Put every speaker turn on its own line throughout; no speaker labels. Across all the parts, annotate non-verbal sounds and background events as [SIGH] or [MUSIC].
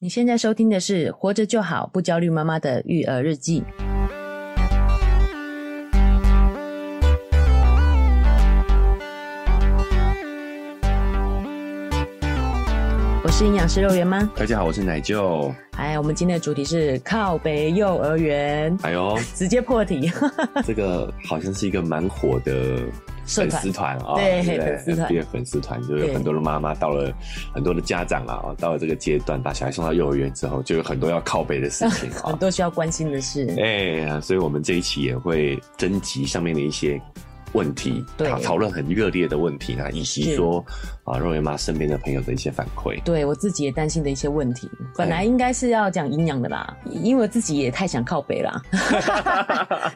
你现在收听的是《活着就好不焦虑妈妈的育儿日记》。我是营养师肉圆妈。
大家好，我是奶舅。
哎，我们今天的主题是靠北幼儿园，
哎呦，
[LAUGHS] 直接破题。
这个好像是一个蛮火的
社
粉
团
丝团啊，
对
不
粉丝团
，FB 的粉丝团就有
对
很多的妈妈到了，很多的家长啊，哦到了这个阶段，把小孩送到幼儿园之后，就有很多要靠背的事
[LAUGHS]
情
很
啊。
多需要关心的事，
哎呀，所以我们这一期也会征集上面的一些。问题
对
讨讨论很热烈的问题啊，以及
是
说啊，肉圆妈身边的朋友的一些反馈。
对我自己也担心的一些问题。本
哎
来应该是要讲营养的啦，因为我自己也太想靠北
[LAUGHS]
啦，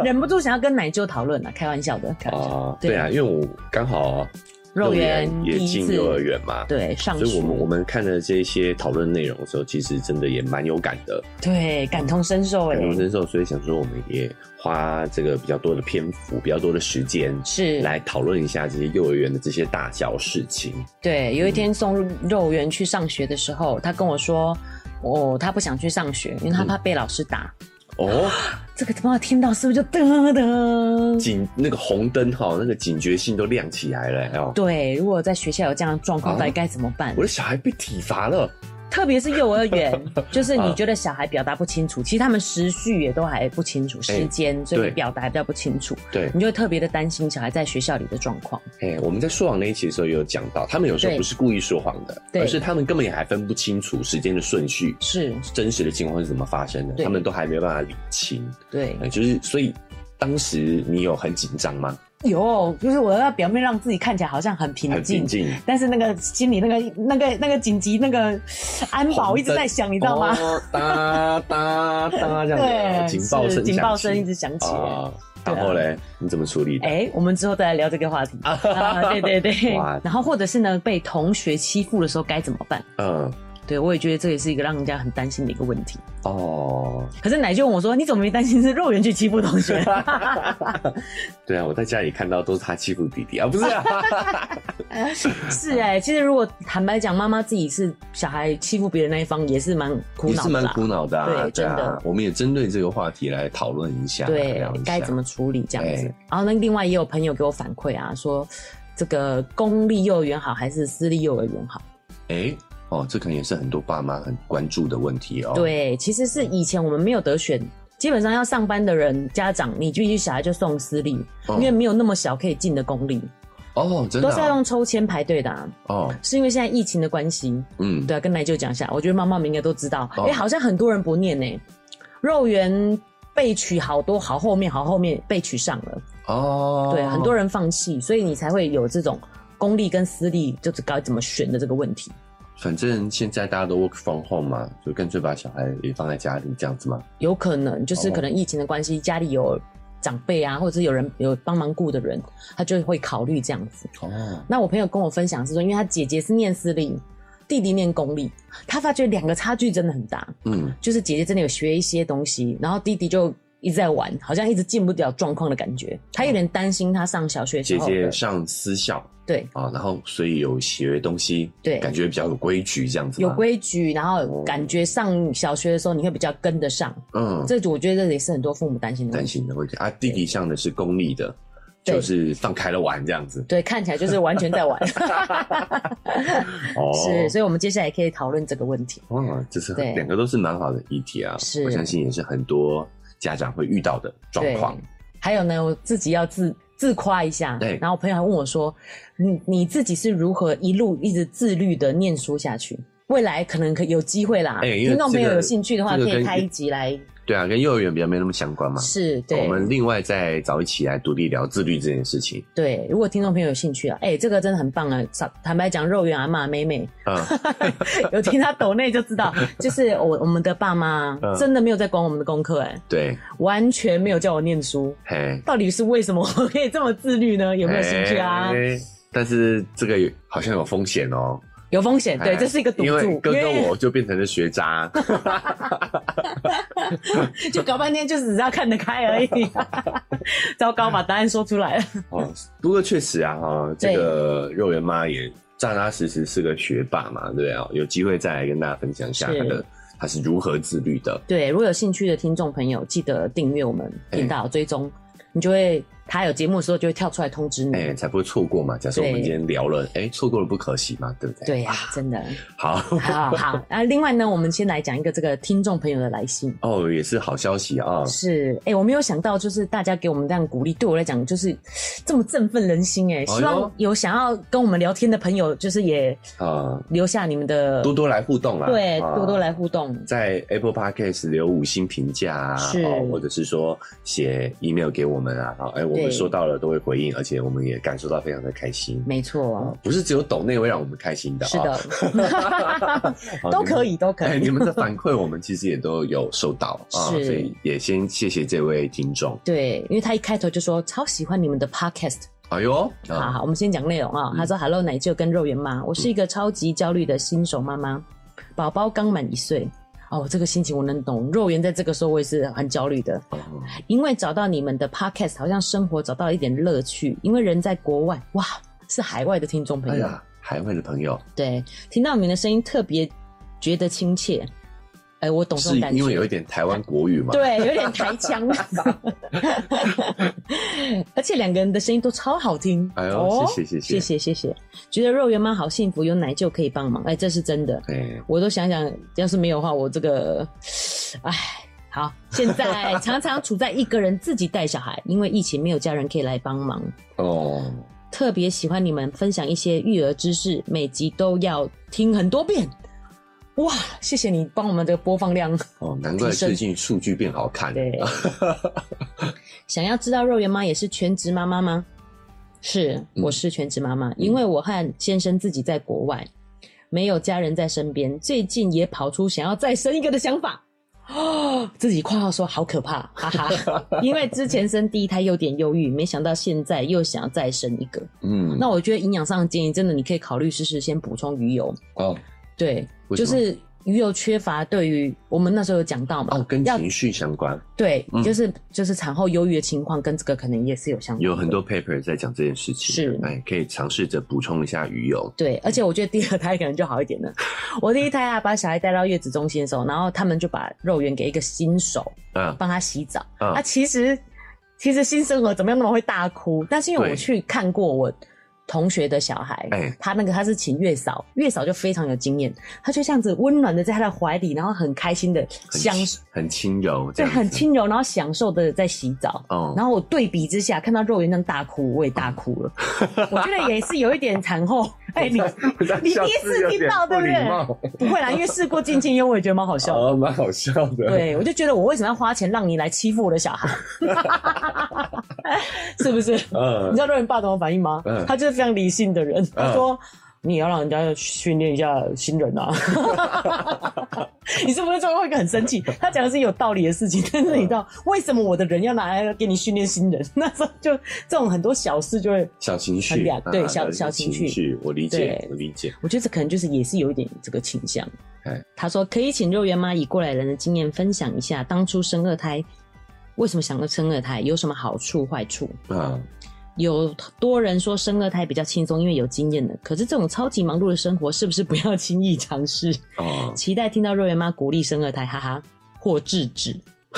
忍不住想要跟奶舅讨论啦，开玩笑的，开玩笑。
啊，
对
对啊，因为我刚好啊
肉圆
也
第一
进
次
幼儿园嘛，
对，上
所以我们我
书，
们看了这些讨论内容的时候，其实真的也蛮有感的，
对，感同身受哎
感，同身受，所以想说我们也花这个比较多的篇幅、比较多的时间。
是，
来讨论一下这些幼儿园的这些大小事情，
对，
嗯
有一天送肉圆去上学的时候，他跟我说，哦，他不想去上学，因为
嗯
他怕被老师打。
哦，
这个他妈听到是不是就噔噔？
警那个红灯哈，那个警觉性都亮起来了哦。
对，如果在学校有这样的状况，
啊
到底该怎么办
我？的小孩被体罚了，
特别是幼儿园，就是你
[LAUGHS] 啊
觉得小孩表达不清楚，其实他们时序也都还不清楚，时间，所以
哎对
表达比较不清楚，
对，
你就会特别的担心小孩在学校里的状况。
哎、我们在说谎那一期的时候也有讲到，他们有时候
对
不是故意说谎的，
对
而是他们根本也还分不清楚时间的顺序，
是，
真实的情况是怎么发生的，
对
他们都还没办法理清。
对，
呃，就是所以当时你有很紧张吗？
有，就是我要表面让自己看起来好像很平
很
静
平，静，
但是那个心里那个那个那个紧急那个安保
红
一直在响，你
你
知道吗？？
哦哒哒哒这样
对，
子，警报
是
声，
警报声一直响起。
啊。
对啊
然后嘞，你怎么处理的？
哎，我们之后再来聊这个话
[LAUGHS]
题。啊，对对对
哇，
然后或者是呢，被同学欺负的时候该怎么办？
嗯，
对我也觉得这也是一个让人家很担心的一个问题。
哦，
可是奶就问我说：“你怎么没担心是肉圆去欺负同
[LAUGHS]
学？”
对啊，我在家里看到都是他欺负弟弟啊，不是啊，
是哎、其实如果坦白讲，妈妈自己是小孩欺负别人那一方，也是蛮苦
也
恼
是
的
蛮
啦。
苦恼的啊，
对真的
啊，我们也针对这个话题来讨论一下，
对
聊一，下
该怎么处理这样子
哎。
然后呢，另外也有朋友给我反馈啊，说这个公立幼儿园好还是私立幼儿园好？
哎。哦，这可能也是很多爸妈很关注的问题哦。，
对，其实是以前我们没有得选。基本上要上班的人，家长你必须小孩就送私立，
哦
因为没有那么小可以进的公立，
哦，真的
都是要
啊
用抽签排队的、啊。
哦，
是因为现在疫情的关系，
嗯，
对啊，跟奶舅讲一下，我觉得妈妈们应该都知道，哎、
哦
好像很多人不念呢、肉圆被取好多好后面好后面被取上了，
哦，
对，很多人放弃，所以你才会有这种公立跟私立就是该怎么选的这个问题。
反正现在大家都 work from home 嘛，就干脆把小孩也放在家里这样子嘛。
有可能就是
哦
可能疫情的关系，家里有长辈啊，或者是有人有帮忙雇的人，他就会考虑这样子。
哦，
那我朋友跟我分享是说，因为他姐姐是念私立，弟弟念公立，他发觉两个差距真的很大。
嗯，
就是姐姐真的有学一些东西，然后弟弟就一直在玩，好像一直进不了状况的感觉。他有点担心他上小学
姐
时候的
姐上私校
对
啊，然后所以有学东西，
对
感觉比较有规矩这样子。
有，规矩，然后感觉上小学的时候你会比较跟得上。
嗯，
这我觉得这也是很多父母担心的问
担
题。
心的会啊，弟弟上的是公立的，
对
就是放开了玩这样子。
对，看起来就是完全在
[LAUGHS]
玩， [LAUGHS]
哦，
是，所以我们接下来可以讨论这个问题。
哇，这是
对
很两个都是蛮好的议题啊，
是
我相信也是很多家长会遇到的状
对
况。，
还有呢，我自己要自自夸一下。
对
然后我朋友还问我说：“你你自己是如何一路一直自律的念书下去？未来可能可有机会啦。
哎因为
听众朋友
这个
有兴趣的话，
这个
可以
跟
开一集来。
对啊，跟幼儿园比较没那么相关嘛。
是，
我
对，
们另外再找一起来独立聊自律这件事情。
对。如果听众朋友有兴趣啊，哎、这个真的很棒啊！坦坦白讲，肉圆阿妈妹妹
嗯，
[LAUGHS] 有听他抖内就知
[LAUGHS]
道，就是我我们的爸妈
嗯
真的没有在管我们的功课、哎，
对，
完全没有叫我念书。
嘿，
到底是为什么我可以这么自律呢？有没有兴趣啊？
哎但是这个有好像有风险哦，
有风险，对，
哎
这是一个赌
因为
注，
哥
因
哥
为
我就变成了学渣，
[LAUGHS] 就搞半天就只是要看得开而已。
[LAUGHS]
糟糕，把答案说出来了。 [LAUGHS]
哦，不过确实啊，哈、这个肉哦圆妈也扎扎实实是个学霸嘛，对不对啊？有机会再来跟大家分享一下
是
她的他是如何自律的。
对，如果有兴趣的听众朋友，记得订阅我们频道，追踪，你就会他有节目的时候就会跳出来通知你。
哎、才不会错过嘛！假设我们
嗯对
今天聊了，哎、错过了不可惜嘛，对不对？
对呀、
啊
真的。
好
好
[LAUGHS]
好，那、另外呢，我们先来讲一个这个听众朋友的来信。
哦，也是好消息啊！
是，哎、我没有想到，就是大家给我们这样鼓励，对我来讲就是这么振奋人心、哎，
呦
希望有想要跟我们聊天的朋友，就是也
啊、
留下你们的
多多来互动啦，
对，
啊
多多来互动。
在 Apple Podcast 留五星评价啊，
是
哦或者是说写 email 给我们啊，好，哎，我
对
们收到了都会回应，而且我们也感受到非常的开心。
没
啊
错，
不是只有抖内会让我们开心的，
是
啊，
的，
[LAUGHS]
都可以，都可
哎，
以
你。们的反馈我们其实也都有收到啊，所
[LAUGHS] 是
以也先谢谢这位听众。
对，因为他一开头就说超喜欢你们的 podcast。
哎呦，
好
啊，
好，我们先讲内容啊、
嗯
他说：“Hello，奶舅跟肉圆妈，我是一个超级焦虑的新手妈妈，宝宝刚满一岁。哦，这个心情我能懂。肉圆在这个时候我也是很焦虑的，
哦
因为找到你们的 podcast，好像生活找到了一点乐趣。因为人在国外，哇，是海外的听众
哎
朋友，
呀，海外的朋友
对，听到你们的声音特别觉得亲切。哎，我懂这
是
种感觉，
因为有一点台湾国语嘛？
对，有点台腔，
[LAUGHS]
而且两个人的声音都超好听。哦
哎呦谢谢
谢
谢谢
谢谢谢，觉得肉圆妈好幸福，有奶舅可以帮忙。哎，这是真的，
哎，
我都想想，要是没有的话，我这个，哎。好，现
[LAUGHS]
在常常处在一个人自己带小孩，因为疫情没有家人可以来帮忙。
哦，
特别喜欢你们分享一些育儿知识，每集都要听很多遍。哇，谢谢你帮我们的播放量。
哦，难怪
提升
最近数据变好看。
对，想要知道肉圆妈也是全职妈妈吗？是，
嗯
我是全职妈妈，因为我和先生自己在国外，没有家人在身边，最近也跑出想要再生一个的想法。哦，自己括号说好可怕，哈哈！
[LAUGHS]
因为之前生第一胎有点忧郁，没想到现在又想要再生一个。
嗯，
那我觉得营养上的建议，真的你可以考虑试试先补充鱼油。
哦
对，
为什
就
么
是鱼油缺乏，对于我们那时候有讲到嘛，
哦，跟
要
情绪相关，
对，
嗯
就是就是产后忧郁的情况跟这个可能也是有相关，
有很。多 paper 在讲这件事情。
是
哎，可以尝试着补充一下鱼油。
对，而且我觉得第二胎可能就好一点
[LAUGHS]
了。我第一胎啊，把小孩带到月子中心的时候，然后他们就把肉圆给一个新手
嗯
帮他洗澡。
嗯
啊，其实其实新生儿怎么样那么会大哭，但是因为
对
我去看过我同学的小孩，
哎
他那个他是请月嫂，月嫂就非常有经验，他就这样子温暖的在他的怀里，然后很开心的
很
享，
轻很轻柔，
对，
这样子
很。轻柔，然后享受的在洗澡。
哦，
然后我对比之下看到肉圆这样大哭，我也大哭了。我觉得也是有一点产后，哎，你
[LAUGHS]
你第一次听到对不对
对？
不会啦，因为事过境迁，因为我也觉得蛮好笑的。
哦，蛮好笑的。，
对，我就觉得我为什么要花钱让你来欺负我的小孩， [LAUGHS] 是不是？你
嗯
知，道肉圆爸怎么反应吗
嗯？
他就是非常理性的人，他说。你也要让人家训练一下新人啊！ [LAUGHS] 你是不是最后会很生气？他讲的是有道理的事情，但是你知道为什么我的人要拿来给你训练新人？ [LAUGHS] 那时候就这种很多小事就会
小情绪啊
很嗲，对小小
情
情绪
我理解
对，
我理解。
我觉得这可能就是也是有一点这个倾向
哎。
他说可以请肉圆妈以过来人的经验分享一下，当初生二胎为什么想要生二胎，有什么好处坏处？
啊，
有多人说生二胎比较轻松，因为有经验了。可是这种超级忙碌的生活，是不是不要轻易尝试？
哦，
期待听到肉圆妈鼓励生二胎，哈哈，或制止。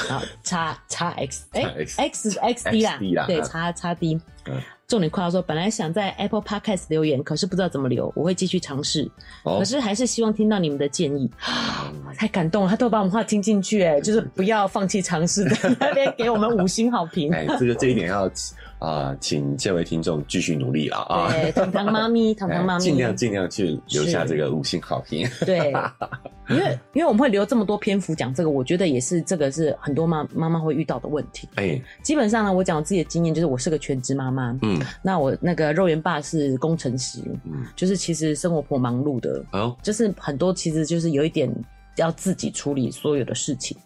然后叉叉 X 哎
X
X 是 XD 啦，
XD 啦
对
嗯
叉叉 D
嗯。
重点括号说，本来想在 Apple Podcast 留言，可是不知道怎么留，我会继续尝试。[LAUGHS]
哦
可，是还是希望听到你们的建议，太感动了，他都把我们话听进去，
[LAUGHS]
哎，就是不要放弃尝试，在那边给我们五星好评。
哎，这个这一点要啊，请这位听众继续努力了啊。
对，糖糖妈咪，糖
哎
糖妈咪，
尽量尽量去留下
是
这个五星好评。 [LAUGHS]
对，因为因为我们会留这么多篇幅讲这个，我觉得也是这个是很多妈妈妈会遇到的问题。
哎，
基本上呢，我讲我自己的经验，就是我是个全职妈妈，
嗯
那我那个肉圆爸是工程师，
嗯，
就是其实生活颇忙碌的，
哦
就是很多其实就是有一点要自己处理所有的事情。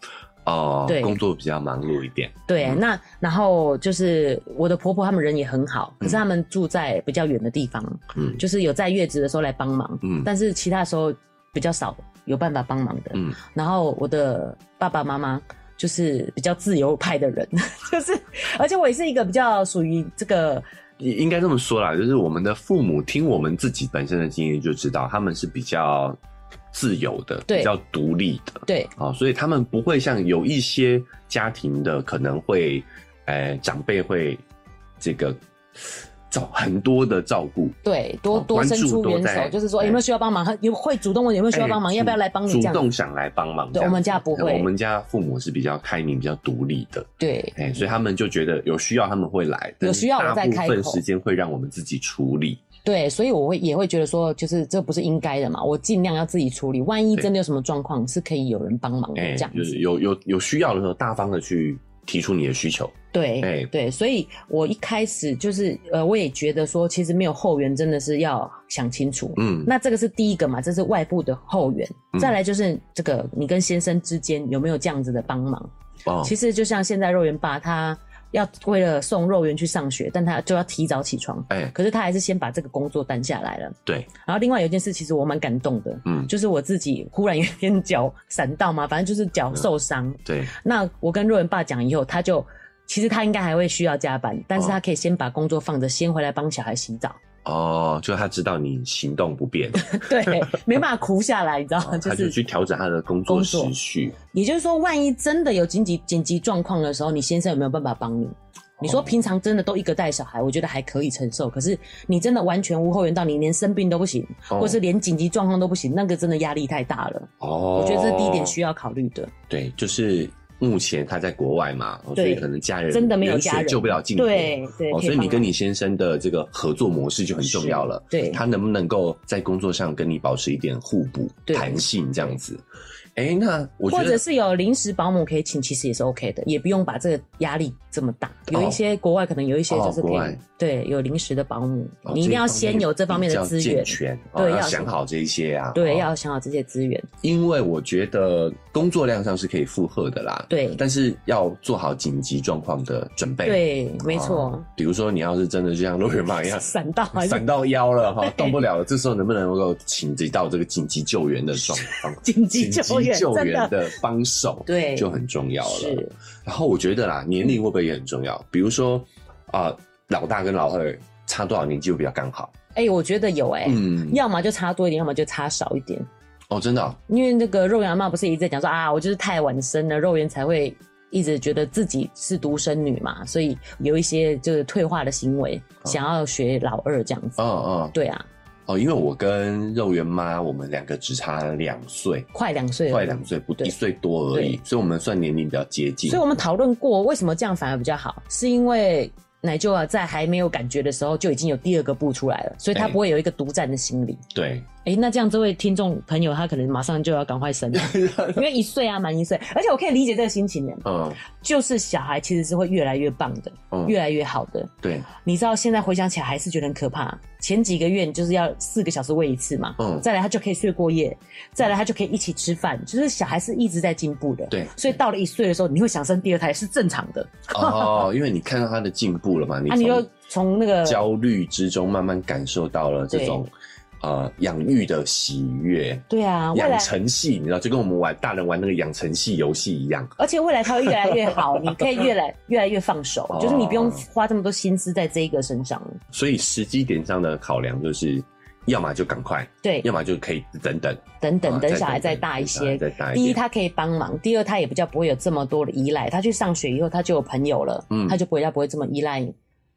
哦，
对
工作比较忙碌一点。
对，
嗯
那然后就是我的婆婆他们人也很好，可是
嗯
他们住在比较远的地方，
嗯
就是有在月子的时候来帮忙，
嗯
但是其他时候比较少有办法帮忙的。
嗯，
然后我的爸爸妈妈就是比较自由派的人， [LAUGHS] 就是而且我也是一个比较属于这个
也应该这么说啦，就是我们的父母听我们自己本身的经验就知道，他们是比较自由的，
对
比较独立的，
对，
哦，所以他们不会像有一些家庭的可能会，呃，长辈会这个照很多的照顾，
对，多
哦
多
关
伸
注
出
多
援
在
手，就是说
哎
有没有需要帮忙，有会主动问有没有需要
哎
帮忙，要不要来帮你
主
这样
动
子？
想来帮忙这
对
样子。
我们家不会
我们家父母是比较开明、比较独立的，
对
哎、所以他们就觉得有需要他们会来，
有
但
需要我
大
再
部
开
分
口
时间会让我们自己处理。
对，所以我会也会觉得说，就是这不是应该的嘛，我尽量要自己处理，万一
对
真的有什么状况，是可以有人帮忙的
哎、
这样
就
子
是。有有有需要的时候，大方的去提出你的需求。
对，
哎
对，所以我一开始就是呃，我也觉得说，其实没有后援真的是要想清楚。
嗯，
那这个是第一个嘛，这是外部的后援。
嗯
再来就是这个你跟先生之间有没有这样子的帮忙？
哦，
其实就像现在肉圆爸他要为了送肉圆去上学，但他就要提早起床，
哎、
可是他还是先把这个工作担下来了。
对，
然后另外有一件事，其实我蛮感动的，
嗯，
就是我自己忽然有一天脚闪到嘛，反正就是脚受伤，
对，
那我跟若文爸讲以后，他就其实他应该还会需要加班，但是他可以先把工作放着，先回来帮小孩洗
[LAUGHS]
澡。
哦，就他知道你行动不
[LAUGHS]
便，
对，没办法哭下来，你知道吗？
哦
就，
他就是去调整他的工作
工作
时序。
也就是说，万一真的有紧急紧急状况的时候，你先生有没有办法帮你？你说平常真的都一个带小孩，我觉得还可以承受。可是你真的完全无后援到你连生病都不行，
哦
或是连紧急状况都不行，那个真的压力太大了。
哦，
我觉得这是第一点需要考虑的。
对，就是目前他在国外嘛，哦所
对
以可能家人
真的没有
远水
家人
救不了近火，
对对，
哦，
可
所以
帮
你跟
忙
你先生的这个合作模式就很重要了。
对
他能不能够在工作上跟你保持一点互补、
对
弹性这样子？哎，那我觉
或者
得
是有临时保姆可以请，其实也是 OK 的，也不用把这个压力这么大。有一些国外可能有一些就是可
哦哦国
以、
外
对有临时的保姆，
哦
你一定要
这方面
先有这方面的资
比较
源
健，全，哦
对
要
要
想好这一些啊。
对，
哦
要想好这些资源。
因为我觉得工作量上是可以负荷的啦，
对
但是要做好紧急状况的准备。
对，没
哦
错，
比如说你要是真的就像陆远芳一样，
闪到还是
闪到腰了哈
对，
动不了了。这时候能不能够请得到这个紧急救援的
[LAUGHS]
状况？
紧急救援，
救
真
援
的
的帮手，
[LAUGHS] 对
就很重要了。
是
然后我觉得啦，年龄会不会也很重要？比如说啊、老大跟老二差多少年纪会比较刚好？
哎、我觉得有哎、
嗯，
要么就差多一点，要么就差少一点。
哦，真的哦、
因为那个肉圆阿妈不是一直在讲说啊，我就是太晚生了，肉圆才会一直觉得自己是独生女嘛，所以有一些就是退化的行为，想要学老二这样子。
哦哦
对啊，
哦，因为我跟肉圆妈，我们两个只差两岁，
快两岁了，
快两岁不
对
一岁多而已，所以我们算年龄比较接近。
所以我们讨论过为什么这样反而比较好，是因为奶舅啊在还没有感觉的时候就已经有第二个步出来了，所以他
哎
不会有一个独占的心理。
对， [LAUGHS]
哎、那这样这位听众朋友他可能马上就要赶快生了，因为一岁啊满一岁，而且我可以理解这个心情的，
嗯
就是小孩其实是会越来越棒的，
嗯，
越来越好的。
对，
你知道现在回想起来还是觉得很可怕。前几个月你就是要四个小时喂一次嘛，
嗯
再来他就可以睡过夜，再来他就可以一起吃饭，就是小孩是一直在进步的。
对
所以到了一岁的时候，你会想生第二胎是正常的。 [LAUGHS]
哦，因为你看到他的进步了嘛，你
啊，你
从
就从那个
焦虑之中慢慢感受到了这种呃养育的喜悦。
对啊，未
养
来。
成系，你知道，就跟我们玩大人玩那个养成系游戏一样。
而且未来他会越来越好，你可以越 [LAUGHS] 来越来越放手，
哦
就是你不用花这么多心思在这一个身上。
所以时机点上的考量就是，要么就赶快，
对，
要么就可以等等，
等
啊
等等小孩再大一
等小孩
些，
再大一
第一，
点。
他可以帮忙；第二，他也比较不会有这么多的依赖。他去上学以后，他就有朋友了，
嗯
他就不会，他不会这么依赖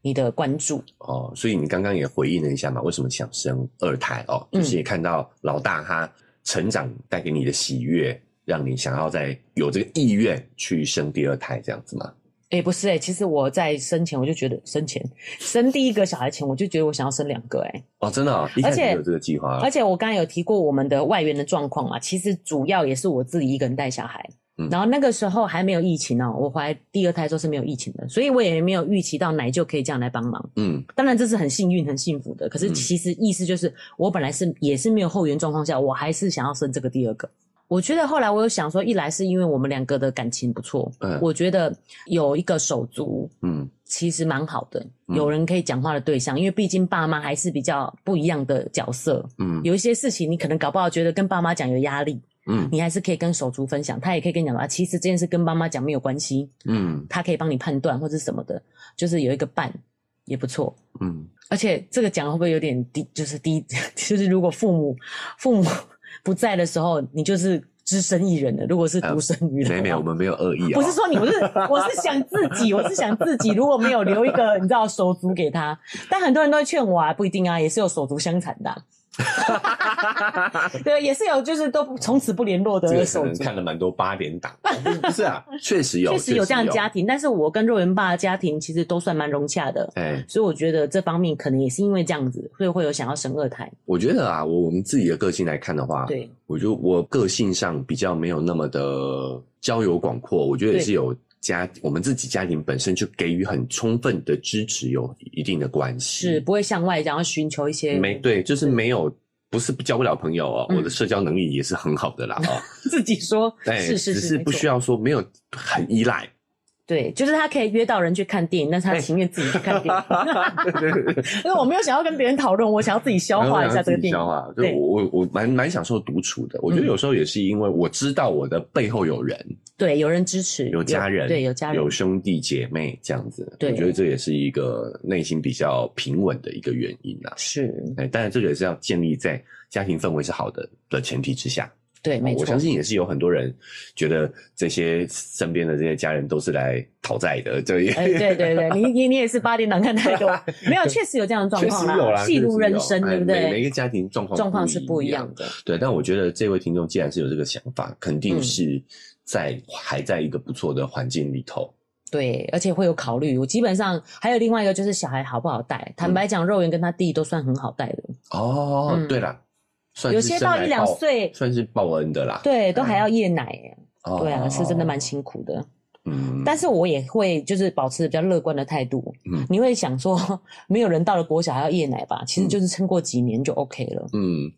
你的关注。
哦，所以你刚刚也回应了一下嘛，为什么想生二胎哦？
嗯
就是也看到老大他成长带给你的喜悦，让你想要再有这个意愿去生第二胎这样子嘛？
哎、不是哎、其实我在生前我就觉得生前生第一个小孩前，我就觉得我想要生两个哎、
哦，真的、哦，一开
而
始
且
就有这个计划了，
而且我刚才有提过我们的外援的状况嘛，其实主要也是我自己一个人带小孩。
嗯
然后那个时候还没有疫情哦，我怀第二胎的时候是没有疫情的，所以我也没有预期到奶舅可以这样来帮忙。
嗯，
当然这是很幸运、很幸福的，可是
嗯
其实意思就是，我本来是也是没有后援状况下，我还是想要生这个第二个。我觉得后来我有想说，一来是因为我们两个的感情不错，
嗯
我觉得有一个手足
嗯，
其实蛮好的，
嗯
有人可以讲话的对象，因为毕竟爸妈还是比较不一样的角色，
嗯
有一些事情你可能搞不好觉得跟爸妈讲有压力，
嗯
你还是可以跟手足分享，他也可以跟你讲啊，其实这件事跟爸妈讲没有关系，
嗯
他可以帮你判断或者什么的，就是有一个伴也不错。
嗯，
[LAUGHS] 而且这个讲会不会有点低？就是低，就是如果父母父母 [LAUGHS] 不在的时候，你就是只身一人了。如果是独生女的话，
呃没没有，我们没有恶意啊、
不是说你，我
[LAUGHS]
是我是想自己，我是想自己。如果没有留一个，你知道手足给他，但很多人都会劝我啊，不一定啊，也是有手足相残的
[LAUGHS]
啊、对，也是有就是都不从此不联络
这
的
个可
手
能
足。
看了蛮多八点
[LAUGHS]
档，不是啊，确实有，
确实有这样的家庭，但是我跟肉圆爸的家庭其实都算蛮融洽的，
哎、
所以我觉得这方面可能也是因为这样子，所以会有想要生二胎。
我觉得啊，我我们自己的个性来看的话，
对，
我觉得我个性上比较没有那么的交友广阔，我觉得也
对
是有家我们自己家庭本身就给予很充分的支持，有一定的关系。
是不会向外然后寻求一些
嗯没对，就是没有，不是交不了朋友哦，
嗯
我的社交能力也是很
[LAUGHS]
好的啦哦，
自己
[LAUGHS]
说，
哎
是是
只
是，
是
没
不
错
需要说没有很依赖，
对，就是他可以约到人去看电影，但是他
哎
情愿自己去看电 [LAUGHS] 影。
[LAUGHS] 对对对
因为我没有想要跟别人讨论，我想要自己消化一下这个
[LAUGHS]
电
然后
影。
让自己
对
消化，就我我我蛮蛮享受独处的。我觉
嗯
得有时候也是因为我知道我的背后有人，
对，有人支持，
有家人，
对，有家人
有。兄弟姐妹这样子。
对
我觉得这也是一个内心比较平稳的一个原因啊。
是
哎，当然这个也是要建立在家庭氛围是好的的前提之下。
对，没
哦我
错
相，信也是有很多人觉得这些身边的这些家人都是来讨债的，对，
哎，
[LAUGHS]
对对对，你你你也是八点档看太多，没有，确实有这样的状
确
况
实有啦，
戏如
确实有
人生，
哎
对不
每每
对？
个家庭状况
状况是不
一
一
样
样的，
对，但我觉得这位听众既然是有这个想法，肯
嗯
定是在、还在一个不错的环境里头。
对，而且会有考虑。我基本上还有另外一个就是小孩好不好带，坦白讲，肉圆跟他弟都算很好带的，
哦，
嗯
对啦，算
有
嗯是
些
生
到
来
一两
报，
岁，
算是报恩的啦。
对，都还要夜奶，
嗯哦，
对啊，是真的蛮辛苦的。
嗯，
但是我也会就是保持比较乐观的态度。
嗯
[LAUGHS] 你会想说，没有人到了国小还要夜奶吧？其实就是撑过几年就 OK 了。
嗯，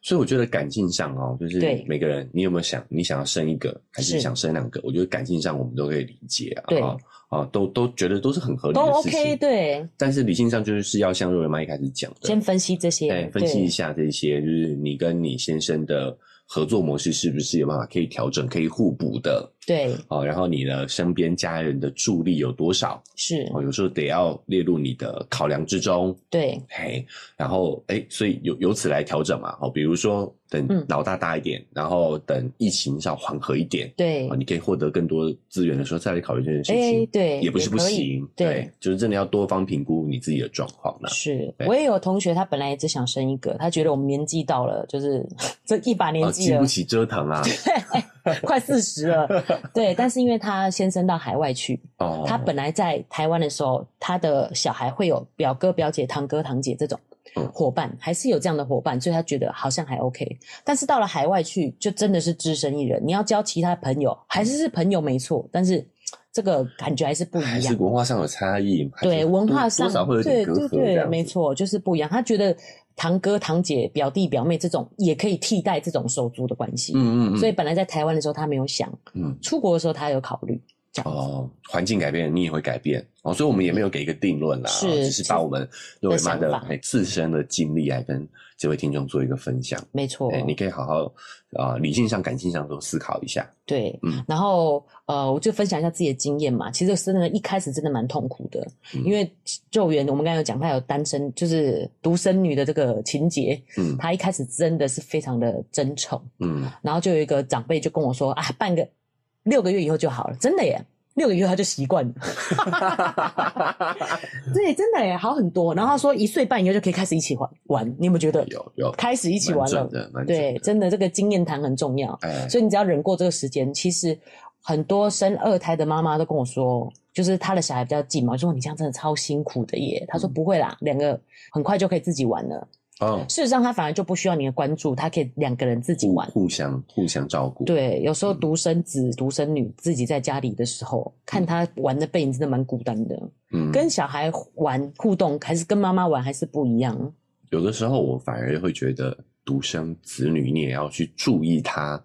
所以我觉得感性上哦，就是
对
每个人，你有没有想你想要生一个，还是
是
想生两个？我觉得感性上我们都可以理解啊，
对
啊、啊都都觉得都是很合理
都
的事情。
OK，。对，
但是理性上就是要像若圆妈一开始讲的，
先分析这些，
哎，
对，
分析一下这些，就是你跟你先生的合作模式是不是有办法可以调整、可以互补的
对，
哦，然后你的身边家人的助力有多少？
是，
哦，有时候得要列入你的考量之中。
对，
嘿，然后哎，所以由由此来调整嘛。哦，比如说等
嗯
老大大一点，然后等疫情上缓和一点，
对
啊、，你可以获得更多资源的时候再来考虑这件事情。
哎，对，
也不是不
可以
行，
对。，
就是真的要多方评估你自己的状况了。
是
对
我也有同学，他本来也只想生一个，他觉得我们年纪到了，就是 [LAUGHS] 这一把年
哦，
纪
经
了
不，起折
[LAUGHS]
腾啊！
快四十
[LAUGHS]
了，对。但是因为他先生到海外去，
哦，
他本来在台湾的时候，他的小孩会有表哥、表姐、堂哥、堂姐这种
嗯
伙伴，还是有这样的伙伴，所以他觉得好像还 OK。但是到了海外去，就真的是只身一人，你要交其他朋友，还是是朋友没错，但是嘖这个感觉还是不
还
一
是
样。
文化上有差异，还是
对，文化上
多少会有
对
点
对
隔阂，
对，没。错，就是不一样。他觉得堂哥、堂姐、表弟、表妹这种也可以替代这种手足的关系，
嗯嗯嗯，
所以本来在台湾的时候他没有想，
嗯
出国的时候他有考虑。这样子
哦，环境改变，你也会改变哦，所以我们也没有给一个定论啦，
嗯是
哦只是把我们若维妈
的
的
想法
哎自身的经历来跟这位听众做一个分享。
没错，
哎，你可以好好啊、呃理性上、感性上都思考一下。
对，
嗯
然后呃，我就分享一下自己的经验嘛。其实真的，一开始真的蛮痛苦的，
嗯
因为救援我们刚才有讲，她有单身，就是独生女的这个情节，
嗯
她一开始真的是非常的争宠。
嗯，
然后就有一个长辈就跟我说啊，半个六个月以后就好了，真的耶，六个月他就习惯了。 [LAUGHS] 对，真的耶，好很多。然后他说一岁半以后就可以开始一起玩玩，你有没有觉得
有有，
开始一
一
起玩了？
的，蛮准
对，
的
真的这个经验谈很重要。
哎，
所以你只要忍过这个时间，其实很多生二胎的妈妈都跟我说，就是她的小孩比较近嘛，我就说你这样真的超辛苦的耶。她说
嗯
不会啦，两个很快就可以自己玩了。
哦，
事实上，她反而就不需要你的关注，她可以两个人自己
互
玩。
互相互相照顾，，
对，有时
嗯
候独生子、独生女自己在家里的时候，看她玩的背影，真的蛮孤单的。
嗯，
跟小孩玩互动，还是跟妈妈玩，还是不一样。
有的时候我反而会觉得独生子女，你也要去注意他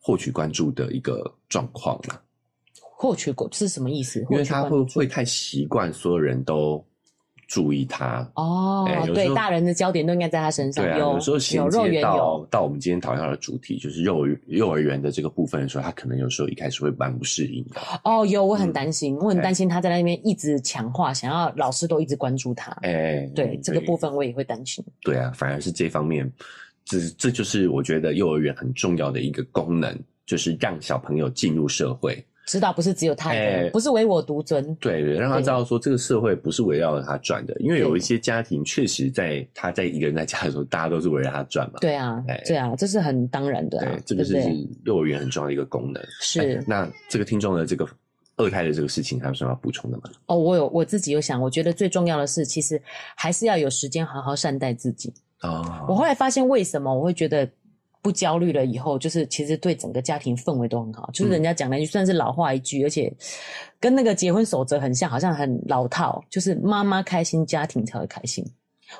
获取关注的一个状况啦，
获取过是什么意思？
因
获
为
取
他
关
会会太习惯所有人都注意他。
哦
哎有时，候
对，大人的焦点都应该在他身上。
对啊，
有
有时候衔
有肉
接
圆有
到到我们今天讨论的主题，就是幼儿幼儿园的这个部分的时候，他可能有时候一开始会蛮不适应的。
哦，有，我
嗯
很担心，我很担心他在那边一直强化，想要老师都一直关注他。
哎，
对这个部分，我也会担心。
对啊，反而是这方面这这就是我觉得幼儿园很重要的一个功能，就是让小朋友进入社会，
指导不是只有他一个人，
哎
不是唯我独尊。
对，让他知道说这个社会不是围绕着他转的，因为有一些家庭确实在他在一个人在家的时候，大家都是围绕他转嘛。
对啊
哎，
对啊，这是很当然的啊
对，，这个
不
就是
对？
幼儿园很重要的一个功能。哎
是
那这个听众的这个二胎的这个事情，还有什么要补充的吗？
哦，我有我自己有想，我觉得最重要的是，其实还是要有时间好好善待自己。我
哦，
后来发现，为什么我会觉得不焦虑了？以后就是其实对整个家庭氛围都很好，就是人家讲了一句算是老话一句，而且跟那个结婚守则很像，好像很老套，就是妈妈开心，家庭才会开心。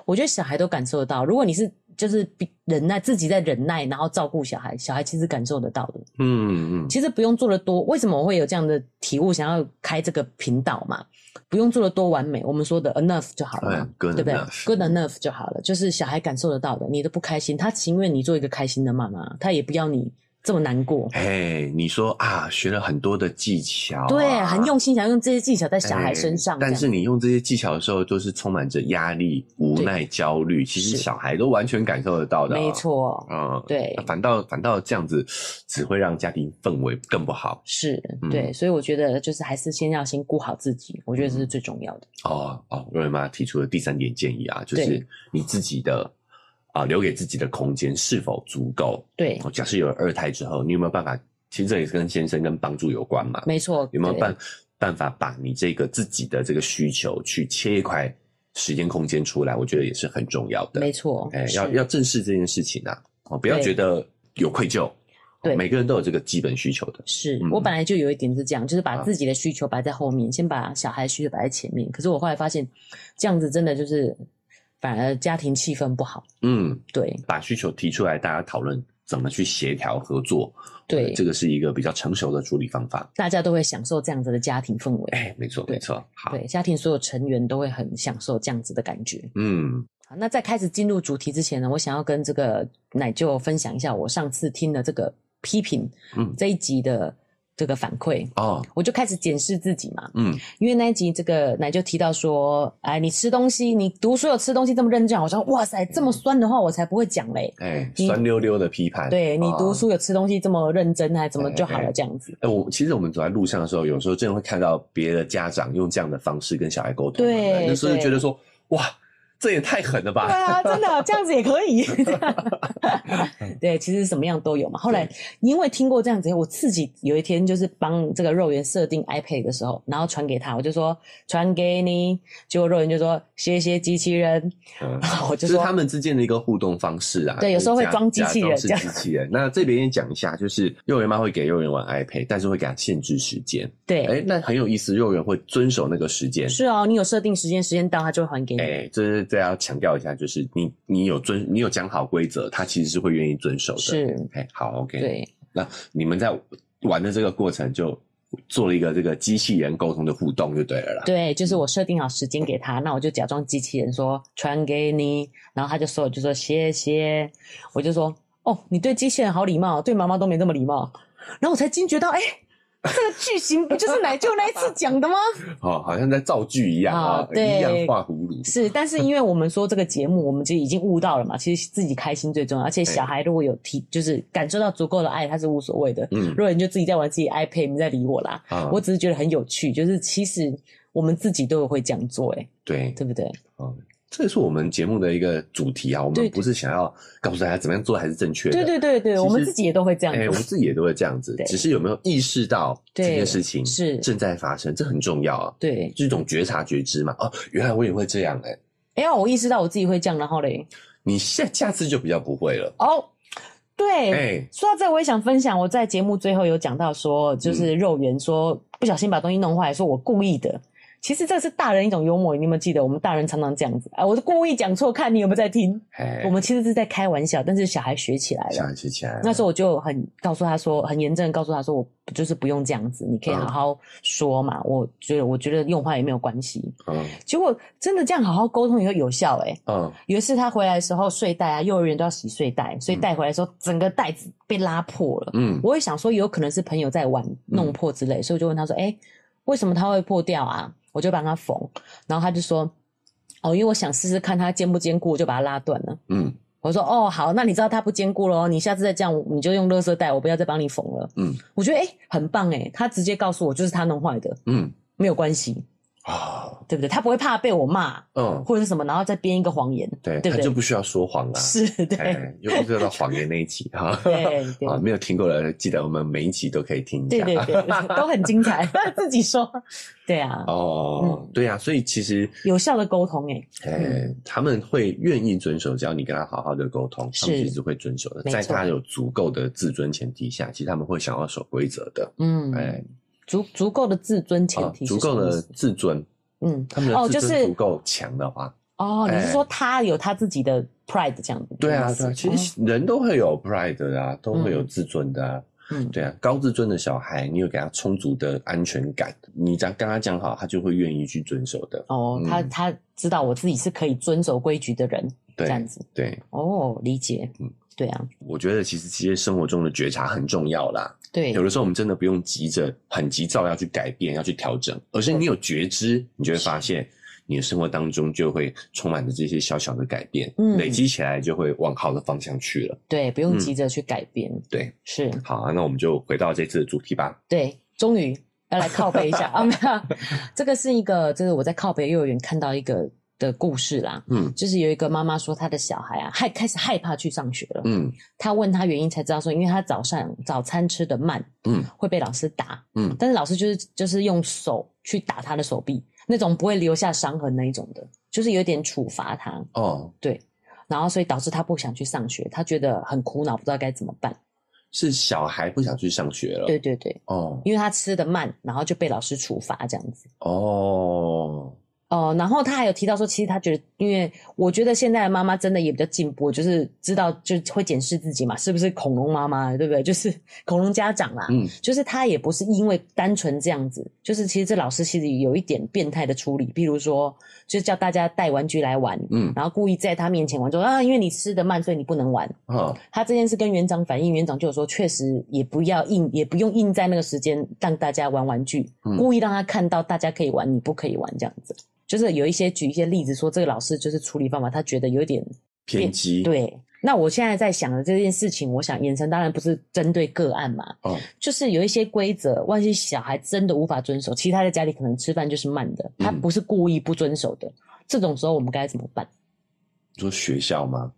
我觉得小孩都感受得到，如果你是就是比忍耐自己在忍耐，然后照顾小孩，小孩其实感受得到的。
嗯嗯，
其实不用做的多，为什么我会有这样的体悟，想要开这个频道嘛？不用做的多完美，我们说的 enough 就好了嘛
哎，good
对不对
enough
？good enough 就好了，就是小孩感受得到的，你的不开心，他情愿你做一个开心的妈妈，他也不要你这么难过。
哎，你说啊，学了很多的技巧啊、
对，很用心想用这些技巧在小孩
哎
身上，
但
这
是
样
你用这些技巧的时候，都是充满着压力、无
对
奈、焦虑，其实
是
小孩都完全感受得到的、哦
没，错，
嗯，
对
那，反倒反倒这样子，只会让家庭氛围更不好
是
嗯
对，所以我觉得就是还是先要先顾好自己，我觉得这是最重要的。
哦哦。瑞文妈提出的第三点建议啊，就
对
是你自己的啊、留给自己的空间是否足够？
对，
哦假设有了二胎之后，你有没有办法？其实这也是跟先生跟帮助有关嘛。
没错，
有没有
对
办办法把你这个自己的这个需求去切一块时间空间出来？我觉得也是很重要的。
没错，
哎，要
是
要正视这件事情啊！哦，不要
对
觉得有愧疚。哦
对
每个人都有这个基本需求的。
是
嗯
我本来就有一点是这样，就是把
啊
自己的需求摆在后面，先把小孩的需求摆在前面。可是我后来发现，这样子真的就是反而家庭气氛不好。
嗯，
对
把需求提出来，大家讨论怎么去协调合作。
对
呃这个是一个比较成熟的处理方法。
大家都会享受这样子的家庭氛围，
哎，没错，
对
没错。好，
对，家庭所有成员都会很享受这样子的感觉。
嗯，
好，那在开始进入主题之前呢，我想要跟这个奶舅分享一下我上次听了这个批评，
嗯
这一集的这个反馈，
哦，
我就开始检视自己嘛。
嗯，
因为那一集这个奶就提到说，哎，你吃东西，你读书有吃东西这么认真，啊我说哇塞，这么酸的话我才不会讲嘞。
哎，
你
酸溜溜的批判。
对你
哦
读书有吃东西这么认真，啊还怎么就好
哎
了
哎
这样子？
哎、我其实我们走在路上的时候，有时候真的会看到别的家长用这样的方式跟小孩沟通，
对
不那时候就
对
觉得说，哇，这也太狠了
对
吧！
啊，真的这样子也可
[LAUGHS]
以。对，其实什么样都有嘛。后来因为听过这样子，我自己有一天就是帮这个肉圆设定 iPad 的时候，然后传给他，我就说传给你，结果肉圆就说谢谢机器人，
嗯
然后我
就
就是说
他们之间的一个互动方式啊。
对有时候会
假
装机器人
假
这
装
样
是机器人。那这边也讲一下，就是幼儿园妈会给幼儿园玩 iPad，但是会给他限制时间。
对，
哎、那很有意思，幼儿园会遵守那个时间。
是哦，你有设定时间，时间到他就会还给你。
哎，这是这要强调一下，就是你你有遵你有讲好规则，他其实是会愿意遵守的。，
是，
哎，好，OK，
对，
那你们在玩的这个过程就做了一个这个机器人沟通的互动就对了啦。
对，就是我设定好时间给他，那我就假装机器人说传给你，然后他就说就说谢谢，我就说哦，你对机器人好礼貌，对妈妈都没这么礼貌，然后我才惊觉到，哎，这个句型不就是奶舅那一次讲的吗？ [LAUGHS]
哦，好像在造句一样啊
啊，对
一样画葫芦。
是，但是因为我们说这个节目，我们就已经悟到了嘛，其实自己开心最重要，而且小孩如果有提，就是感受到足够的爱，他是无所谓的。
嗯
如果你就自己在玩自己 iPad，没在理我啦。
啊，
我只是觉得很有趣，就是其实我们自己都有会这样做、欸，
对，
对不对？
哦，这是我们节目的一个主题啊。我
对
们
对
不是想要告诉大家怎么样做才是正确的，
对对对对，
其实
我们自己也都会这样
哎，我
做
们，自己也都会这样子
对，
只是有没有意识到这
对
件事情
是
正在发生，这很重要啊，
对。
这种觉察觉知嘛。哦，原来我也会这样哎，
哎呀，我意识到我自己会这样，然后嘞，
你下下次就比较不会了，
哦，对。
哎，
说到这，我也想分享，我在节目最后有讲到说，
嗯
就是肉圆说、不小心把东西弄坏，说我故意的。其实这是大人一种幽默，你有没有记得？我们大人常常这样子啊，我是故意讲错，看你有没有在听。
哎，
我们其实是在开玩笑，但是小孩学起来了
下。一次起来了，
那时候我就很告诉他说，很严正地告诉他说，我就是不用这样子，你可以
嗯
好好说嘛。我觉得我觉得用坏也没有关系。
嗯
结果真的这样好好沟通以后有效诶、
嗯，
有一次他回来的时候，睡袋啊，幼儿园都要洗睡袋，所以带回来的时候，整个袋子被拉破了。
嗯，
我也想说，有可能是朋友在玩弄破之类，所以我就问他说：“哎、为什么它会破掉啊？”我就帮他缝，然后他就说：“哦，因为我想试试看它坚不坚固，我就把它拉断了。
嗯，”
我说哦好，那你知道他不坚固哦咯，你下次再这样，你就用垃圾袋，我不要再帮你缝了。
嗯
我觉得哎、诶很棒哎、他直接告诉我就是他弄坏的，
嗯
没有关系，
啊
对不对？他不会怕被我骂
嗯，
或者是什么，然后再编一个谎言，
对
对
他
不
就
对？
不需要说谎啊，
是，对，
哎，又不知道谎言那一集
[LAUGHS]
哈。
对对
啊，没有听过的，记得我们每一集都可以听一
对
下。
对对， [LAUGHS] 都很精
[LAUGHS]
彩，自己说，对啊，
哦，对啊，所以其实
有效的沟通哎、
呃，他们会愿意遵守，只要你跟他好好的沟通，他们
是
其实会遵守的。
没
在
错
他有足够的自尊前提下，其实他们会想要守规则的。
嗯，
哎，
足足够的自尊前
啊
提、
足够的，自尊，
嗯，
他们
哦
的
就
自
是
尊足够强的话，
哦，你是
哎
说他有他自己的 pride 这样子？
对啊，
这
对
样子
啊，其实人都会有 pride 的啊，都会有
嗯
自尊的啊。
嗯，
对啊，高自尊的小孩，你有给他充足的安全感，你只要跟他讲好，他就会愿意去遵守的。
哦，他
嗯
他知道我自己是可以遵守规矩的人，这样
对
子，
对，
哦，理解，
嗯
对啊，
我觉得其实这些生活中的觉察很重要啦。
对
有，的时候我们真的不用急着很急躁要去改变、要去调整，而是你有觉知，你就会发现你的生活当中就会充满着这些小小的改变，
嗯
累积起来就会往好的方向去了。
对，不用
嗯
急着去改变，
对，
是
好啊，那我们就回到这次的主题吧。
对，终于要来靠背一
[LAUGHS]
下啊，没有，这个是一个，这个我在靠背幼儿园看到一个的故事啦，
嗯
就是有一个妈妈说她的小孩啊，害开始害怕去上学了，
嗯
她问她原因才知道说，因为她早上早餐吃的慢
嗯
会被老师打，
嗯，
但是老师就是就是用手去打她的手臂，那种不会留下伤痕那一种的，就是有点处罚她，
哦，
对，然后所以导致她不想去上学，她觉得很苦恼，不知道该怎么办，
是小孩不想去上学了。
对，对对，
哦
因为她吃的慢，然后就被老师处罚这样子。
哦，
哦，然后他还有提到说，其实他觉得，因为我觉得现在的妈妈真的也比较进步，就是知道就会检视自己嘛，是不是恐龙妈妈，对不对？就是 [LAUGHS] 恐龙家长啦，
嗯
就是他也不是因为单纯这样子，就是其实这老师其实有一点变态的处理，比如说就是叫大家带玩具来玩，
嗯
然后故意在他面前玩，说啊，因为你吃的慢，所以你不能玩。
哦
他这件事跟园长反映，园长就有说，确实也不要硬，也不用硬在那个时间让大家玩玩具，
嗯
故意让他看到大家可以玩，你不可以玩这样子。就是有一些举一些例子说，这个老师就是处理方法，他觉得有点
偏激。
对。那我现在在想的这件事情，我想延伸，当然不是针对个案嘛，
哦
就是有一些规则，万一小孩真的无法遵守，其实他在家里可能吃饭就是慢的，他
嗯
不是故意不遵守的，这种时候我们该怎么办？
你说学校吗？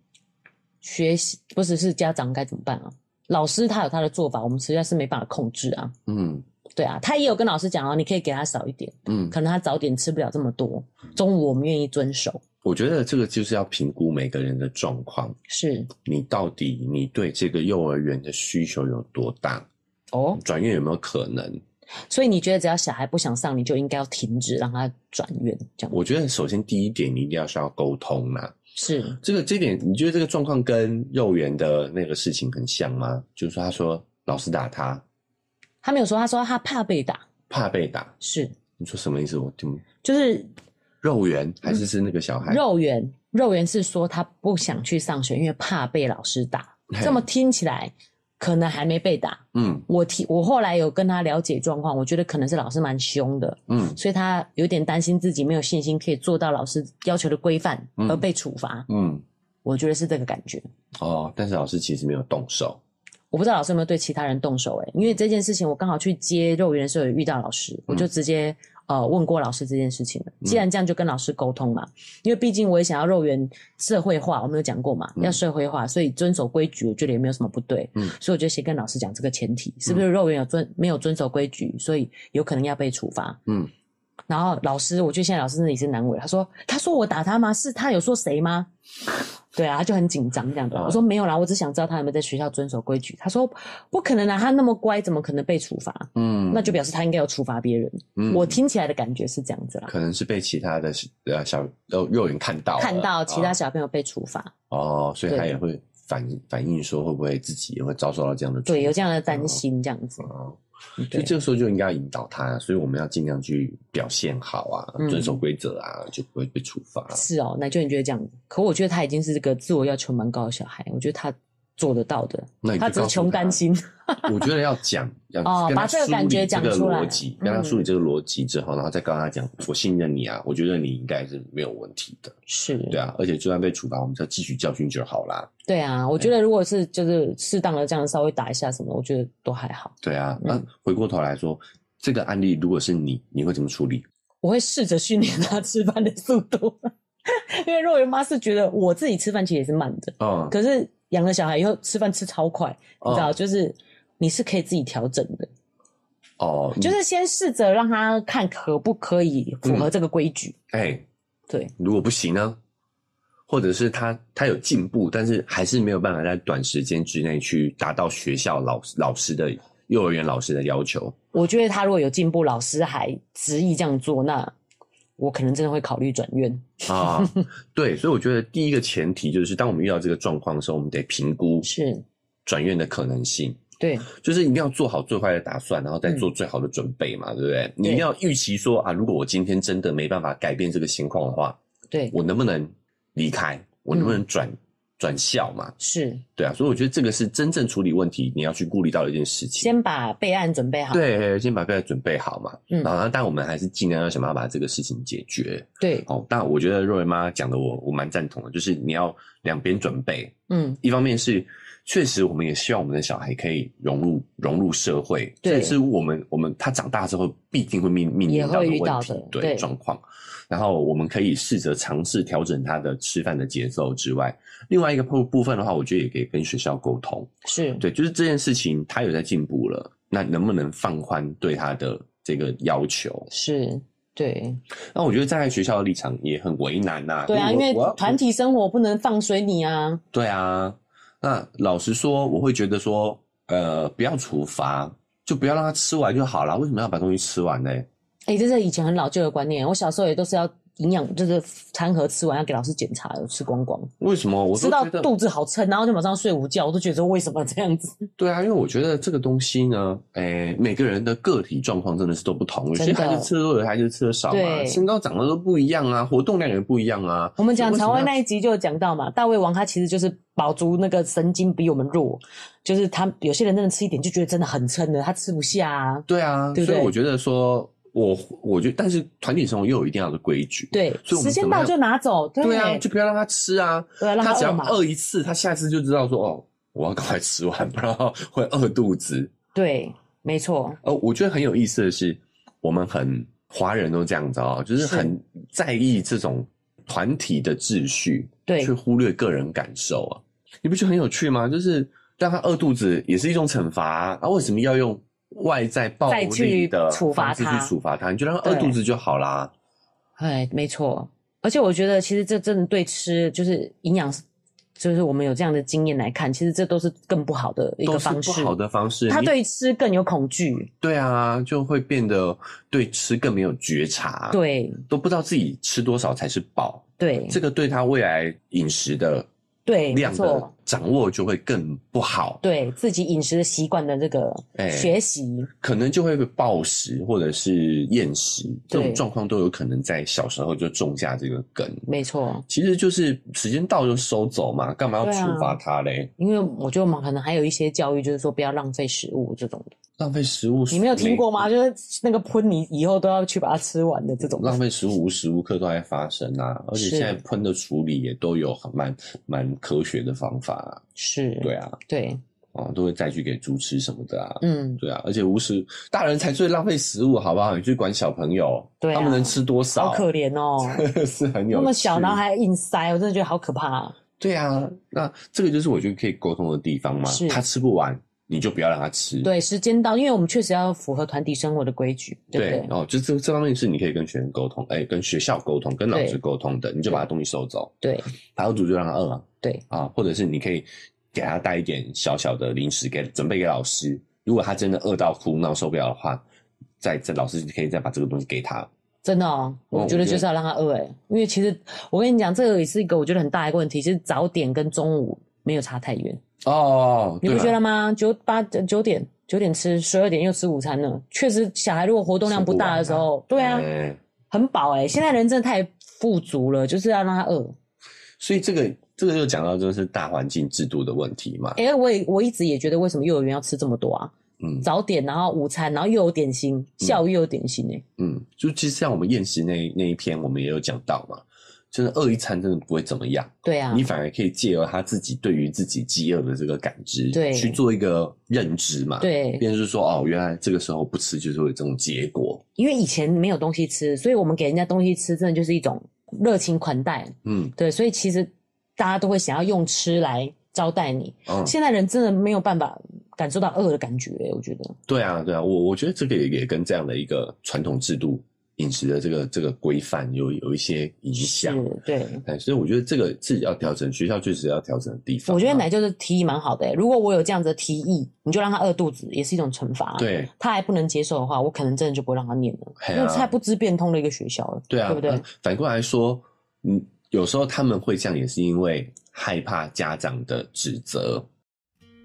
学习不只是家长该怎么办啊？老师他有他的做法，我们实在是没办法控制啊。
嗯
对啊，他也有跟老师讲哦，你可以给他少一点，
嗯，
可能他早点吃不了这么多，中午我们愿意遵守。
我觉得这个就是要评估每个人的状况。
是
你到底你对这个幼儿园的需求有多大？
哦，
转院有没有可能？
所以你觉得只要小孩不想上，你就应该要停止让他转院，这样
我觉得首先第一点，你一定要需要沟通啦、
是
这个这点，你觉得这个状况跟幼儿园的那个事情很像吗？就是说，他说老师打他，
他没有说，他说他怕被打，
怕被打。
是
你说什么意思？我听不。
就是
肉圆还是是那个小
嗯
孩？
肉圆，肉圆是说他不想去上学，因为怕被老师打。
嘿
这么听起来，可能还没被打，
嗯
我提我后来有跟他了解状况，我觉得可能是老师蛮凶的，
嗯
所以他有点担心自己没有信心可以做到老师要求的规范
嗯
而被处罚。
嗯。
我觉得是这个感觉。
哦，但是老师其实没有动手。
我不知道老师有没有对其他人动手诶、欸因为这件事情我刚好去接肉圆的时候有遇到老师，我
嗯
就直接呃问过老师这件事情了。既然这样，就跟老师沟通嘛，因为毕竟我也想要肉圆社会化，我们有讲过嘛，
嗯
要社会化，所以遵守规矩，我觉得也没有什么不对。
嗯
所以我就先跟老师讲这个前提，是不是肉圆有遵没有遵守规矩，所以有可能要被处罚。
嗯
然后老师，我觉得现在老师真的也是难为。他说：“他说我打他吗？是他有说谁吗？” [LAUGHS] 对啊，他就很紧张这样子。
啊
我说没有啦，我只想知道他有没有在学校遵守规矩。他说不可能啊，他那么乖，怎么可能被处罚？
嗯
那就表示他应该有处罚别人。
嗯
我听起来的感觉是这样子啦，
可能是被其他的呃小幼幼儿园看到了
看到其他
哦
小朋友被处罚，
哦，所以他
对
也会反反映说，会不会自己也会遭受到这样的
对，有这
样
样的担心这样子。
哦，所
对
以这个时候嗯就应该引导他，所以我们要尽量去表现好啊，
嗯
遵守规则啊，就不会被处罚。
是哦，奶就你觉得这样子？可我觉得他已经是这个自我要求蛮高的小孩，我觉得他做得到的
那你，就
他只是
告诉
穷
他
担心。 [LAUGHS]
我觉得要讲，要
哦
跟他
把这个
梳
感
理
觉
这
讲
个
出来嗯
逻辑，跟他梳理这个逻辑之后，然后再跟他讲，我信任你啊，我觉得你应该是没有问题的，
是，
对啊，而且就算被处罚，我们就汲取教训就好啦，
对啊，我觉得如果是就是适当的这样稍微打一下什么，我觉得都还好。
对啊。
嗯
那回过头来说，这个案例如果是你，你会怎么处理？
我会试着训练他 [LAUGHS] 吃饭的速度，因为若云妈是觉得我自己吃饭其实也是慢的，
嗯，
可是养了小孩以后吃饭吃超快，你知道，
哦
就是你是可以自己调整的，
哦，你
就是先试着让他看可不可以
嗯
符合这个规矩。
哎，
对，
如果不行呢，或者是他他有进步，但是还是没有办法在短时间之内去达到学校老师老师的幼儿园老师的要求，
我觉得他如果有进步，老师还执意这样做，那我可能真的会考虑转院。
[LAUGHS] 啊，对，所以我觉得第一个前提就是，当我们遇到这个状况的时候，我们得评估
是，
转院的可能性，
对，
就是一定要做好最坏的打算，然后再做最好的准备
嗯
嘛，对不对？你一定要预期说啊，如果我今天真的没办法改变这个情况的话，
对，
我能不能离开？啊我能不能
嗯
转、转校嘛？
是，
对啊，所以我觉得这个是真正处理问题你要去顾虑到的一件事情。
先把备案准备好。
对，先把备案准备好嘛，
嗯
然后但我们还是尽量要想办法把这个事情解决。
对，
哦，但我觉得若瑞妈讲的我我蛮赞同的，就是你要两边准备，
嗯，
一方面是确实我们也希望我们的小孩可以融入融入社会，
对
这是我们我们他长大之后必定会面面
也
临到
会遇到
问
的
题
对
对状况，然后我们可以试着尝试调整他的吃饭的节奏之外，另外一个部部分的话，我觉得也可以跟学校沟通，
是，
对，就是这件事情他有在进步了，那能不能放宽对他的这个要求？
是，对，
那我觉得站在学校的立场也很为难呐、
对啊，因
我
为
我要
团体生活不能放水你啊。
对啊。那老实说，我会觉得说，呃，不要处罚，就不要让他吃完就好了。为什么要把东西吃完呢？
哎、这是以前很老旧的观念，我小时候也都是要营养，就是餐盒吃完要给老师检查，有吃光光，
为什么？我
吃
都
到
觉得
肚子好撑，然后就马上睡午觉，我都觉得为什么这样子？
对啊，因为我觉得这个东西呢，哎，每个人的个体状况真的是都不同，有
真
些
的
孩子吃的多，有些孩子吃的少
对
嘛，身高长得都不一样啊，活动量也不一样啊。
我们讲
为什
常
么
威
要
那一集就有讲到嘛，大胃王他其实就是饱足那个神经比我们弱，就是他有些人真的吃一点就觉得真的很撑了，他吃不下啊。
对啊，
对不
所以
对
我觉得说，我我觉得，但是团体生活又有一定要的规矩，
对，
所以我
时
们
间
怎么
到
样
就拿走，对
对啊，就不要让他吃啊。
对啊让
他
他
只
饿
要
嘛，
饿一次，他下次就知道说哦，我要赶快吃完，不然会饿肚子。
对，没错，
哦，我觉得很有意思的是，我们很华人都这样子哦，就是
是
很在意这种团体的秩序，
对
却忽略个人感受啊。你不觉得很有趣吗？就是让他饿肚子也是一种惩罚啊，啊为什么要用外在暴
再去
力的
处罚
方式
他
去处罚他？你就让他饿
对
肚子就好啦。
哎，没错。而且我觉得其实这真的对吃就是营养，就是我们有这样的经验来看，其实这都是更不好的一个
都是
方式
不。好的方式，
他
你
对吃更有恐惧，
对啊，就会变得对吃更没有觉察，，
对
都不知道自己吃多少才是饱，
对
这个对他未来饮食的
对，哎没
量
错
的，掌握就会更不好，
对自己饮食的习惯的这个
哎
学习，
可能就会被暴食或者是厌食，这
对
种状况都有可能在小时候就种下这个根。
没错。
其实就是时间到就收走嘛，干嘛要
对啊
处罚他嘞？
因为我觉得我们可能还有一些教育，就是说不要浪费食物这种的。
浪费食物，
你没有听过吗？？就是那个喷，你以后都要去把它吃完的这种。
浪费食物无时无刻都在发生啊，而且
是
现在喷的处理也都有很蛮蛮科学的方法、啊，
是，
对啊，
对，
哦，都会再去给猪吃什么的啊，
嗯，
对啊，而且无时大人才最浪费食物，好不好？你去管小朋友，
对啊
他们能吃多少？
好可怜哦，
[LAUGHS] 是很有
那么小，
趣
然后还硬塞，我真的觉得好可怕啊。
对啊，那这个就是我觉得可以沟通的地方嘛
是。
他吃不完，你就不要让他吃。
对，时间到，因为我们确实要符合团体生活的规矩，对不
对
对？
哦，就这这方面是你可以跟学生沟通，哎、跟学校沟通，跟老
对
师沟通的，你就把他东西收走，
对
他饿肚子就让他饿啊。
对
啊，或者是你可以给他带一点小小的零食给准备给老师，如果他真的饿到哭闹受不了的话，再再老师可以再把这个东西给他。
真的哦，
哦
我觉得
我觉得
就是要让他饿哎、因为其实我跟你讲，这个也是一个我觉得很大一个问题，就是早点跟中午没有差太远，
哦，
你不
对
觉
啦
得吗？九八呃九点九点吃，十二点又吃午餐了，确实小孩如果活动量不大的时候，对啊，欸
哎
很饱哎、现在人真的太富足了，就是要让他饿，
所以这个这个就讲到真的是大环境制度的问题嘛。
哎、我也我一直也觉得，为什么幼儿园要吃这么多啊？
嗯
早点，然后午餐，然后又有点心，下午又有点心、欸，
嗯，就其实像我们宴席那那一篇，我们也有讲到嘛，真的饿一餐真的不会怎么样。
对啊
你，反而可以借由他自己对于自己饥饿的这个感知，
对
去做一个认知嘛。，
对，
便是说哦，原来这个时候不吃就是会有这种结果。
因为以前没有东西吃，所以我们给人家东西吃，真的就是一种热情款待。
嗯，
对，所以其实大家都会想要用吃来招待你。
哦，
现在人真的没有办法感受到饿的感觉、我觉得。
对啊，对啊，我我觉得这个也也跟这样的一个传统制度饮食的这个这个规范有有一些影响。
是，对。
哎，所以我觉得这个自己要调整，学校确实要调整的地方啊。
我觉得奶就是提议蛮好的、欸，如果我有这样子的提议，你就让他饿肚子，也是一种惩罚、，
对
他还不能接受的话，我可能真的就不会让他念了，
嘿啊
因为太不知变通的一个学校了，
对啊，
对不对
呃？反过来说，嗯，有时候他们会这样，也是因为害怕家长的指责。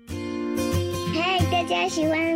嗨，大家喜欢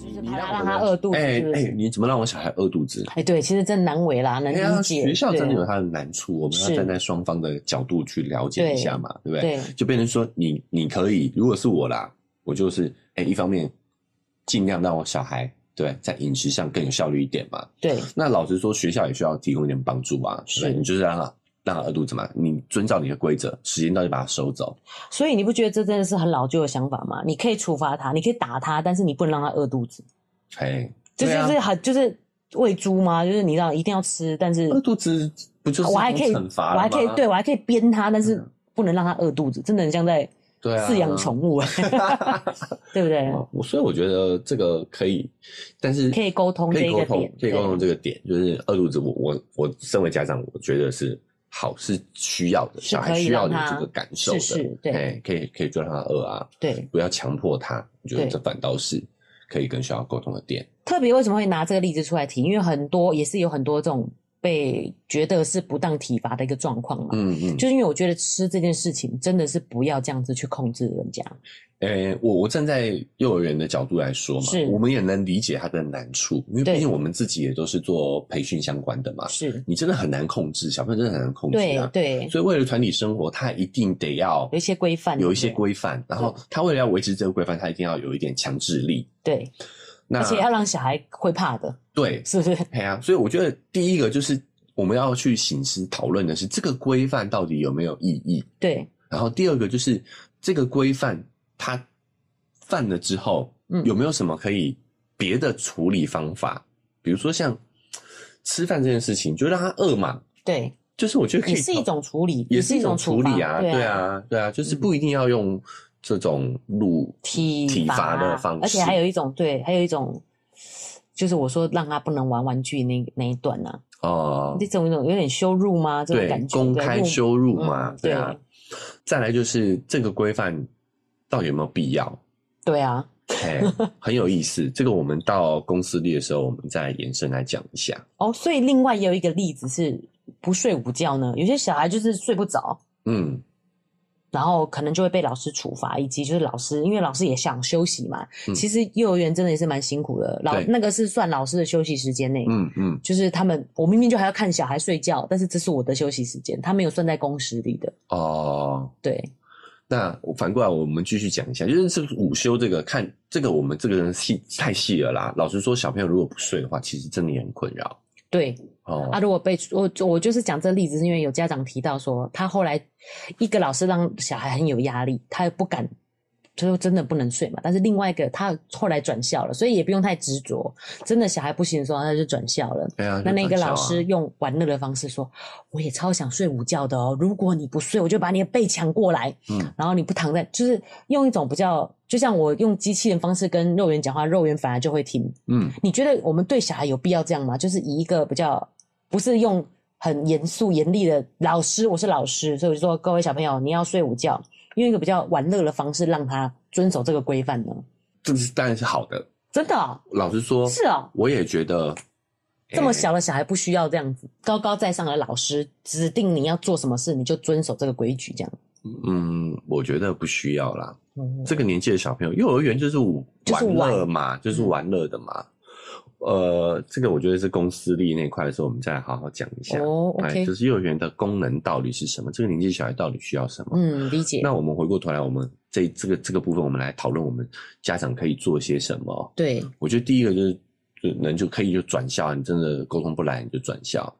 就是怕他让他饿肚子，
哎
是不
哎
是？，
你怎么让我小孩饿肚子？
哎，对，其实真难为啦，能
哎呀，
理解。
学校真的有
对
它的难处，我们要
是
站在双方的角度去了解一下嘛，对不对？
对
就变成说你你可以，如果是我啦，我就是哎、一方面尽量让我小孩对在饮食上更有效率一点嘛。
对
那老实说，学校也需要提供一点帮助啊，对不对
是
你就是让他让他饿肚子嘛，你遵照你的规则，时间到就把他收走。
所以你不觉得这真的是很老旧的想法吗？你可以处罚他，你可以打他，但是你不能让他饿肚子，
哎，
这
对
就
啊
是很、就是喂猪吗？就是你让一定要吃，但是
饿肚子不就是
我还
一
可
种
以
惩罚
我
了
还可以
吗
对我还可以鞭他，但是
嗯
不能让他饿肚子，真的很像在
对啊
饲养宠
[LAUGHS]
物，对不对？
哦我所以我觉得这个可以，但是
嗯可以沟通
可以
这一个
沟通
点，
可以沟通这
对
个点，就是饿肚子我，我我身为家长，我觉得是好，是需要的，
是
小孩
可以
需要
让
你
他
这个感受的，
是是对
哎，可以可以就让他饿啊，
对。
不要强迫他，我觉得
对
这反倒是可以跟学校沟通的点。
特别为什么会拿这个例子出来提？因为很多也是有很多这种被觉得是不当体罚的一个状况嘛。
嗯嗯，
就是因为我觉得吃这件事情真的是不要这样子去控制人家，
诶，我我站在幼儿园的角度来说嘛
是，
我们也能理解他的难处，因为
对
毕竟我们自己也都是做培训相关的嘛，
是
你真的很难控制小朋友，真的很难控制
对
啊。
对，
所以为了团体生活，他一定得要
有一些规范，
有一些
对
规范，然后他为了要维持这个规范，他一定要有一点强制力。
对，
那
而且要让小孩会怕的，
对，
是不是？
哎呀、所以我觉得第一个就是我们要去醒思讨论的是这个规范到底有没有意义，
对，
然后第二个就是这个规范它犯了之后，
嗯
有没有什么可以别的处理方法？比如说像吃饭这件事情，就让他饿嘛，
对，
就是我觉得可以
也是一
讨
种处理，
也是一种
处
处理啊，
罚
对
对，
啊，对啊，就是不一定要用这种路
体
体罚
罚
的方式，
而且还有一种对，还有一种就是我说让他不能玩玩具那那一段呐、啊，
哦
这，种一种有点羞辱吗？这种
对
感，觉，
公
对
开
辱
羞辱嘛，
嗯
对啊。再来就是这个规范到底有没有必要？
对啊， [LAUGHS]
嘿，很有意思。这个我们到公司里的时候，我们再延伸来讲一下。
哦，所以另外也有一个例子是不睡午觉呢，有些小孩就是睡不着，
嗯，
然后可能就会被老师处罚，以及就是老师，因为老师也想休息嘛。
嗯
其实幼儿园真的也是蛮辛苦的，老
对
那个是算老师的休息时间内。
嗯嗯，
就是他们，我明明就还要看小孩睡觉，但是这是我的休息时间，他没有算在工时里的。
哦，
对，
那反过来我们继续讲一下，就是这个午休这个看这个我们这个人细太细了啦。老实说，小朋友如果不睡的话，其实真的也很困扰
对，
哦。
啊，如果被我我就是讲这个例子，是因为有家长提到说，他后来一个老师让小孩很有压力，他也不敢，他就真的不能睡嘛。但是另外一个他后来转校了，所以也不用太执着。真的小孩不行的时候，他就转校了。
对啊，
那
就
那个
转校
老
啊
师用玩乐的方式说：“我也超想睡午觉的哦，如果你不睡，我就把你的被抢过来，
嗯
然后你不躺在，就是用一种比较，就像我用机器人方式跟肉圆讲话，肉圆反而就会听。
嗯，
你觉得我们对小孩有必要这样吗？就是以一个比较不是用很严肃严厉的老师，我是老师，所以我就说各位小朋友，你要睡午觉，用一个比较玩乐的方式让他遵守这个规范呢？
这是当然是好的。
真的、哦、
老实说，
是哦，
我也觉得哎
这么小的小孩不需要这样子，高高在上的老师指定你要做什么事，你就遵守这个规矩，这样。
嗯，我觉得不需要啦。
嗯
这个年纪的小朋友，幼儿园就是
就是
玩
玩
乐嘛，就是玩乐的嘛。呃，这个我觉得是公司力那块的时候，我们再来好好讲一下。
哦
哎，
，OK，
就是幼儿园的功能到底是什么？这个年纪小孩到底需要什么？
嗯，理解。
那我们回过头来，我们这这个这个部分，我们来讨论我们家长可以做些什么。
对，
我觉得第一个就是，就能就可以就转校，你真的沟通不来你就转校。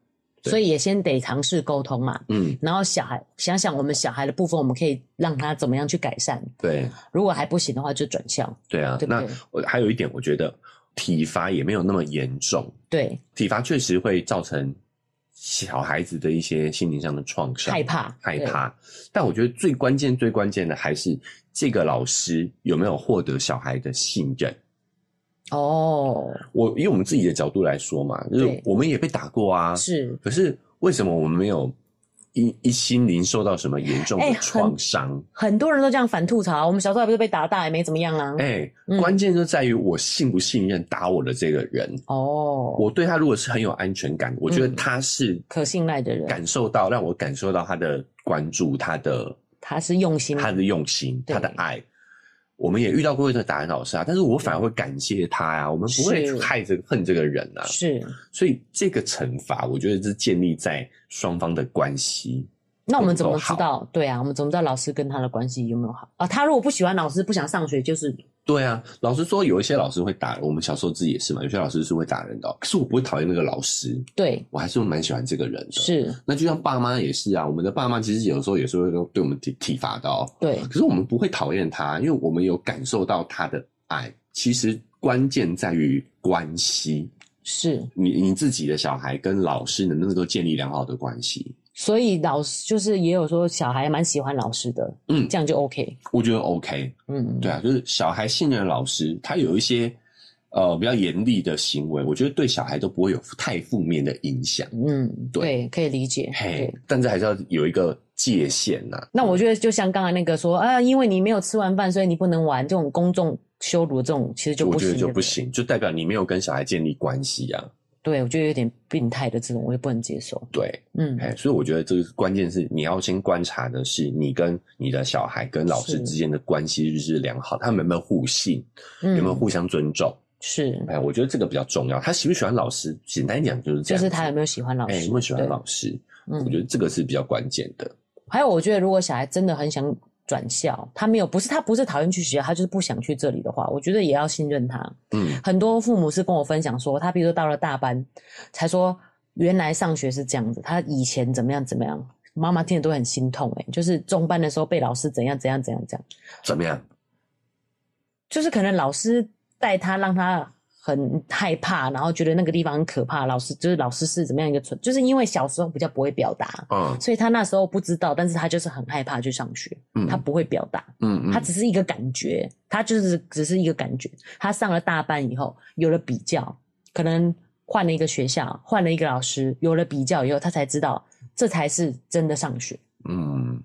对
所以也先得尝试沟通嘛。
嗯，
然后小孩想想我们小孩的部分，我们可以让他怎么样去改善。
对
如果还不行的话，就转校。
对啊。
对不
那
对
我还有一点，我觉得体罚也没有那么严重，
对，
体罚确实会造成小孩子的一些心灵上的创伤，
害怕
啊害怕。但我觉得最关键、最关键的还是这个老师有没有获得小孩的信任。
哦，
我以我们自己的角度来说嘛，就是
对
我们也被打过啊，
是，
可是为什么我们没有一一心灵受到什么严重
哎
的
很
创伤？
很多人都这样反吐槽。我们小时候也不是被打大，也没怎么样啊。
哎、
嗯
关键就在于我信不信任打我的这个人。
哦，
我对他如果是很有安全感，我觉
嗯
得他是
可信赖的人
感受到让我感受到他的关注，他的
他是用心的
他的用心，
对
他的爱。我们也遇到过一个打人老师啊，但是我反而会感谢他啊呀、我们不会
是
害这个恨这个人啊，
是。
所以这个惩罚，我觉得是建立在双方的关系。
那我们怎
都
么
不
知
好
道？对啊，我们怎么知道老师跟他的关系有没有好啊？他如果不喜欢老师，不想上学，就是
对啊，老实说，有一些老师会打人，我们小时候自己也是嘛，有些老师是会打人的哦、可是我不会讨厌那个老师，
对，
我还是蛮喜欢这个人的。，
是，
那就像爸妈也是啊，我们的爸妈其实有时候也是会对我们体体罚的哦。
对，
可是我们不会讨厌他，因为我们有感受到他的爱。其实关键在于关系，
是。
你你自己的小孩跟老师能不能够建立良好的关系，
所以老师就是也有说小孩蛮喜欢老师的，
嗯
这样就 OK，
我觉得 OK。
嗯，
对啊，就是小孩信任老师，他有一些呃比较严厉的行为，我觉得对小孩都不会有太负面的影响。
嗯，
对
对，可以理解，
嘿
对。，
但是还是要有一个界限呐、
那我觉得就像刚才那个说啊，因为你没有吃完饭，所以你不能玩这种公众羞辱的这种，其实就
我
不
觉
行，
得就
对
不
对。
行，就代表你没有跟小孩建立关系啊。
对，我觉得有点病态的这种，我也不能接受。
对，
嗯，
哎，所以我觉得这个关键是你要先观察的是你跟你的小孩跟老师
是
之间的关系是不是良好，他们有没有互信，
嗯
有没有互相尊重。
是，
哎，我觉得这个比较重要。他喜不喜欢老师，简单讲就是这
就
样子。
是他有没有喜欢老
哎
师，
有没有喜欢
对
老师，
嗯
我觉得这个是比较关键的。
还有，我觉得如果小孩真的很想转校，他没有不是他不是讨厌去学校，他就是不想去这里的话，我觉得也要信任他。
嗯，
很多父母是跟我分享说，他比如说到了大班，才说原来上学是这样子，他以前怎么样怎么样，妈妈听了都很心痛、欸。就是中班的时候被老师怎样怎样怎样怎样，
怎么样？
就是可能老师带他让他。很害怕，然后觉得那个地方很可怕。老师就是老师是怎么样一个存，就是因为小时候比较不会表达，
嗯
所以他那时候不知道，但是他就是很害怕去上学。
嗯，
他不会表达，
嗯
他
嗯，
只是一个感觉，他就是只是一个感觉。他上了大班以后，有了比较，可能换了一个学校，换了一个老师，有了比较以后，他才知道这才是真的上学。
嗯，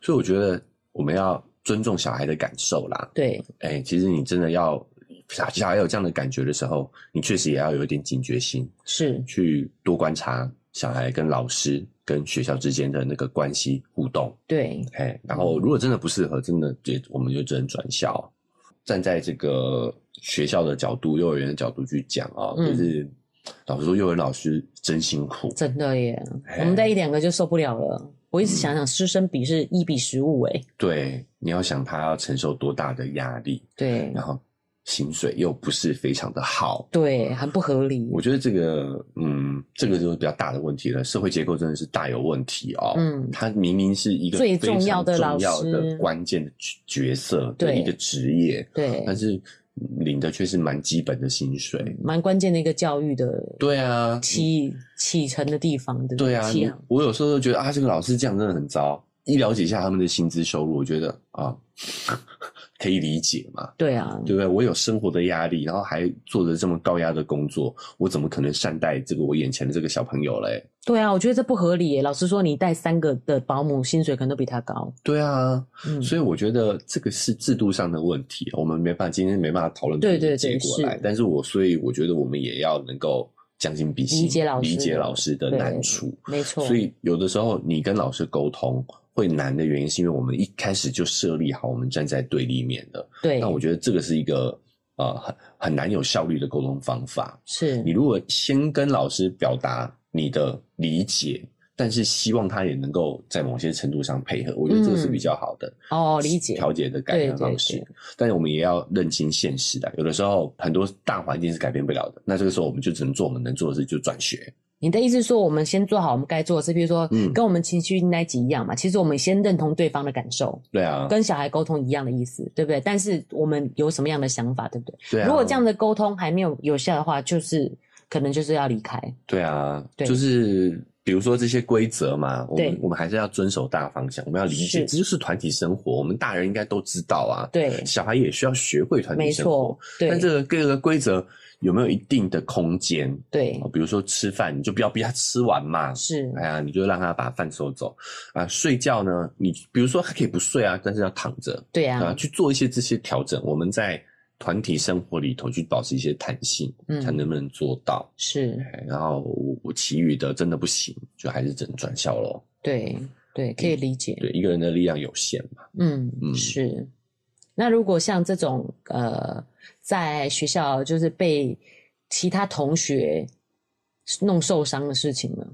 所以我觉得我们要尊重小孩的感受啦。
对，
哎、其实你真的要小小孩有这样的感觉的时候，你确实也要有一点警觉心，
是，
去多观察小孩跟老师、跟学校之间的那个关系互动。
对，
嘿，然后如果真的不适合，真的也我们就只能转校。站在这个学校的角度、幼儿园的角度去讲啊、
嗯
就是老实说，幼儿园老师真辛苦。
真的耶，
嘿
我们带一两个就受不了了。我一直想
嗯
想，师生比是一比十五，哎，
对，你要想他要承受多大的压力，
对，
然后薪水又不是非常的好，
对，很不合理。
我觉得这个，嗯，这个就是比较大的问题了。社会结构真的是大有问题哦。
嗯
它明明是一个
最
非常
重要的老师
重要的关键的角角色的
对
一个职业，
对，
但是领的却是蛮基本的薪水。
蛮关键的一个教育的
对啊，
起启程的地方，对不
对啊
起航，
我有时候都觉得啊，这个老师这样真的很糟。一了解一下他们的薪资收入，我觉得啊， [LAUGHS] 可以理解嘛。
对啊，
对不对？我有生活的压力，然后还做着这么高压的工作，我怎么可能善待这个我眼前的这个小朋友嘞？
对啊，我觉得这不合理耶。老实说，你带三个的保姆，薪水可能都比他高。
对啊，
嗯，
所以我觉得这个是制度上的问题，我们没办法今天没办法讨论
对
出一个
对对
结果来
是，
但是我所以我觉得我们也要能够将心比心，
理解老师的，
理解老师的
对
难处。
没错。
所以有的时候你跟老师沟通会难的原因，是因为我们一开始就设立好我们站在对立面的，
对，
那我觉得这个是一个呃很很难有效率的沟通方法。
是
你如果先跟老师表达你的理解，但是希望他也能够在某些程度上配合，我觉得这个是比较好的、
嗯哦，理解。
调节的改
对
善
对
方式。
对
但是我们也要认清现实的，有的时候很多大环境是改变不了的。那这个时候我们就只能做我们能做的事，就转学。
你的意思是说，我们先做好我们该做的事，比如说，
嗯
跟我们情绪那一集一样嘛。其实我们先认同对方的感受，
对啊，
跟小孩沟通一样的意思，对不对？但是我们有什么样的想法，对不对？
对啊，
如果这样的沟通还没有有效的话，就是可能就是要离开。
对啊，
对
就是比如说这些规则嘛，我
对
们我们还是要遵守大方向，我们要理解
是
这就是团体生活，我们大人应该都知道啊。
对，
小孩也需要学会团体
没
啊生活
错，，对，
但这个各个规则有没有一定的空间？
对
哦比如说吃饭，你就不要逼他吃完嘛。
是
哎呀，你就让他把饭收走啊。睡觉呢，你比如说他可以不睡啊，但是要躺着
对
啊，
啊，
去做一些这些调整。我们在团体生活里头去保持一些弹性，
嗯
才能不能做到。
是，
哎然后我我其余的真的不行，就还是只能转校喽。
对对，可以理解。
对，一个人的力量有限嘛。
嗯，
嗯
是。那如果像这种呃，在学校就是被其他同学弄受伤的事情呢？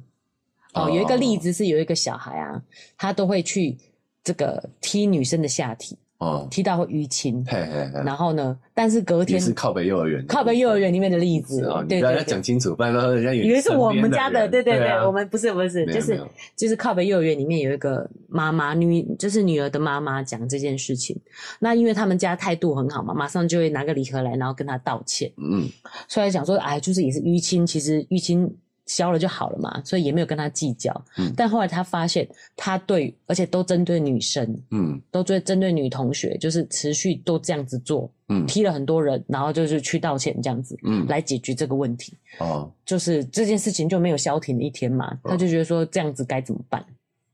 哦，有一个例子是有一个小孩啊，他都会去这个踢女生的下体，
哦，
踢到会淤
[LAUGHS]
青。
嘿嘿嘿，
然后呢，但是隔
也
天
是靠北幼儿园的，
靠北幼儿园里面的例
是
子哦
啊，，
对
你不要
对
讲
对，
清楚，不然人家
以为是我们
身边
家的，
人
对对对
啊，
我们不是不是，
没有
就是
没有
就是靠北幼儿园里面有一个妈妈女，就是女儿的妈妈讲这件事情。那因为他们家态度很好嘛，马上就会拿个礼盒来，然后跟她道歉。
嗯，
所以她讲说，哎，就是也是淤青，其实淤青消了就好了嘛，所以也没有跟她计较。
嗯
但后来她发现，她对，而且都针对女生，
嗯
都针针对女同学，就是持续都这样子做，
嗯
踢了很多人，然后就是去道歉这样子
嗯，
来解决这个问题。
哦，
就是这件事情就没有消停的一天嘛，
嗯
她就觉得说这样子该怎么办？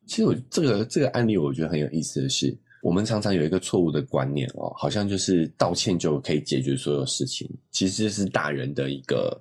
其实我这个这个案例，我觉得很有意思的是，我们常常有一个错误的观念哦，好像就是道歉就可以解决所有事情，其实是大人的一个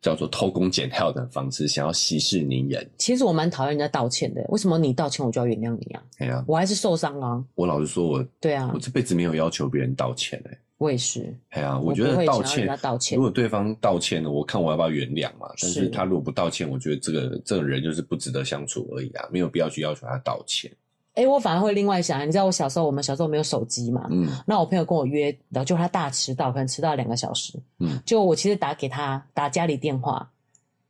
叫做偷工减料的方式，想要息事宁人。
其实我蛮讨厌人家道歉的，为什么你道歉我就要原谅你啊？
哎呀、
我还是受伤了、啊，
我老实说我，我
对啊，
这辈子没有要求别人道歉哎、
我也是，
哎呀、
我
觉
不
得
会
道
想要
歉
人家道歉
如果对方道歉了，我看我要不要原谅嘛。但是
是
他如果不道歉，我觉得这个这个人就是不值得相处而已啊，没有必要去要求他道歉。
哎、我反而会另外想，你知道我小时候，我们小时候没有手机嘛，
嗯
那我朋友跟我约，然后就他大迟到，可能迟到两个小时，
嗯，
就我其实打给他，打家里电话，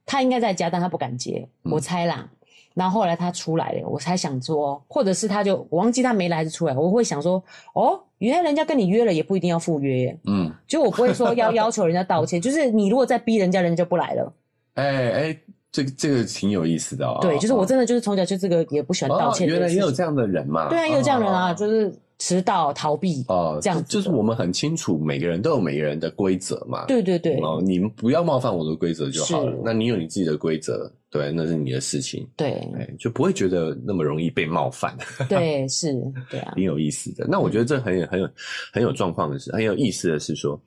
他应该在家，但他不敢接，
嗯
我猜啦。然后后来他出来了，我才想说，或者是他就我忘记他没来还是出来，我会想说，哦，原来人家跟你约了，也不一定要赴约耶，
嗯，
就我不会说
[LAUGHS]
要要求人家道歉，就是你如果再逼人家，人家就不来了。
哎哎，这个这个挺有意思的哦。
对，就是我
哦
真的就是从小就这个也不喜欢道歉、
哦，
的
原来也有
事情
这样的人嘛。
对啊，也有这样的人啊，
哦
就是迟到、逃避，
哦，
这样子
就就是
的
我们很清楚，每个人都有每个人的规则嘛。
对对对
哦，你们不要冒犯我的规则就好了
是。
那你有你自己的规则，对，那是你的事情， [LAUGHS]
对
哎，就不会觉得那么容易被冒犯。
对是，对啊，
挺有意思的。那我觉得这很有很有很有状况的是，很有意思的是说，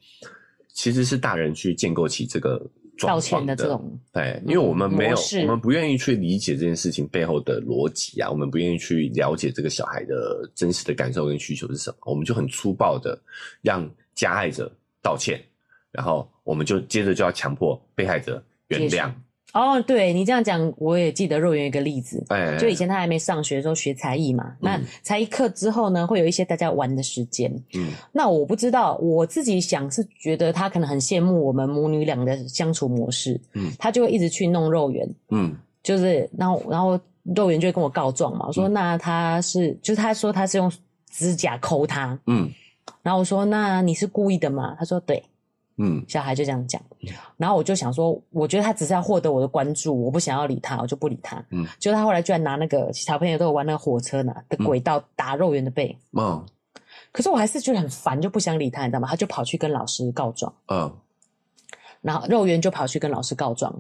其实是大人去建构起这个状
道
况
歉的这种，嗯
对，因为我们没有
模，式
我们不愿意去理解这件事情背后的逻辑啊，我们不愿意去了解这个小孩的真实的感受跟需求是什么，我们就很粗暴的让加害者道歉，然后我们就接着就要强迫被害者原
接
谅
受。哦，对你这样讲，我也记得肉圆有一个例子，
哎，
就以前他还没上学的时候学才艺嘛，那
嗯
才艺课之后呢，会有一些大家玩的时间，
嗯
那我不知道，我自己想是觉得他可能很羡慕我们母女俩的相处模式，
嗯
他就会一直去弄肉圆，
嗯
就是然后然后肉圆就会跟我告状嘛，我说那他是、就是他说他是用指甲抠他，
嗯
然后我说那你是故意的吗？他说对，
嗯
小孩就这样讲。然后我就想说，我觉得他只是要获得我的关注，我不想要理他，我就不理他。
嗯
嗯，就他后来居然拿那个小朋友都有玩那个火车呢的轨道打肉圆的背，
哦
可是我还是觉得很烦，就不想理他，你知道吗？他就跑去跟老师告状，
哦
然后肉圆就跑去跟老师告状，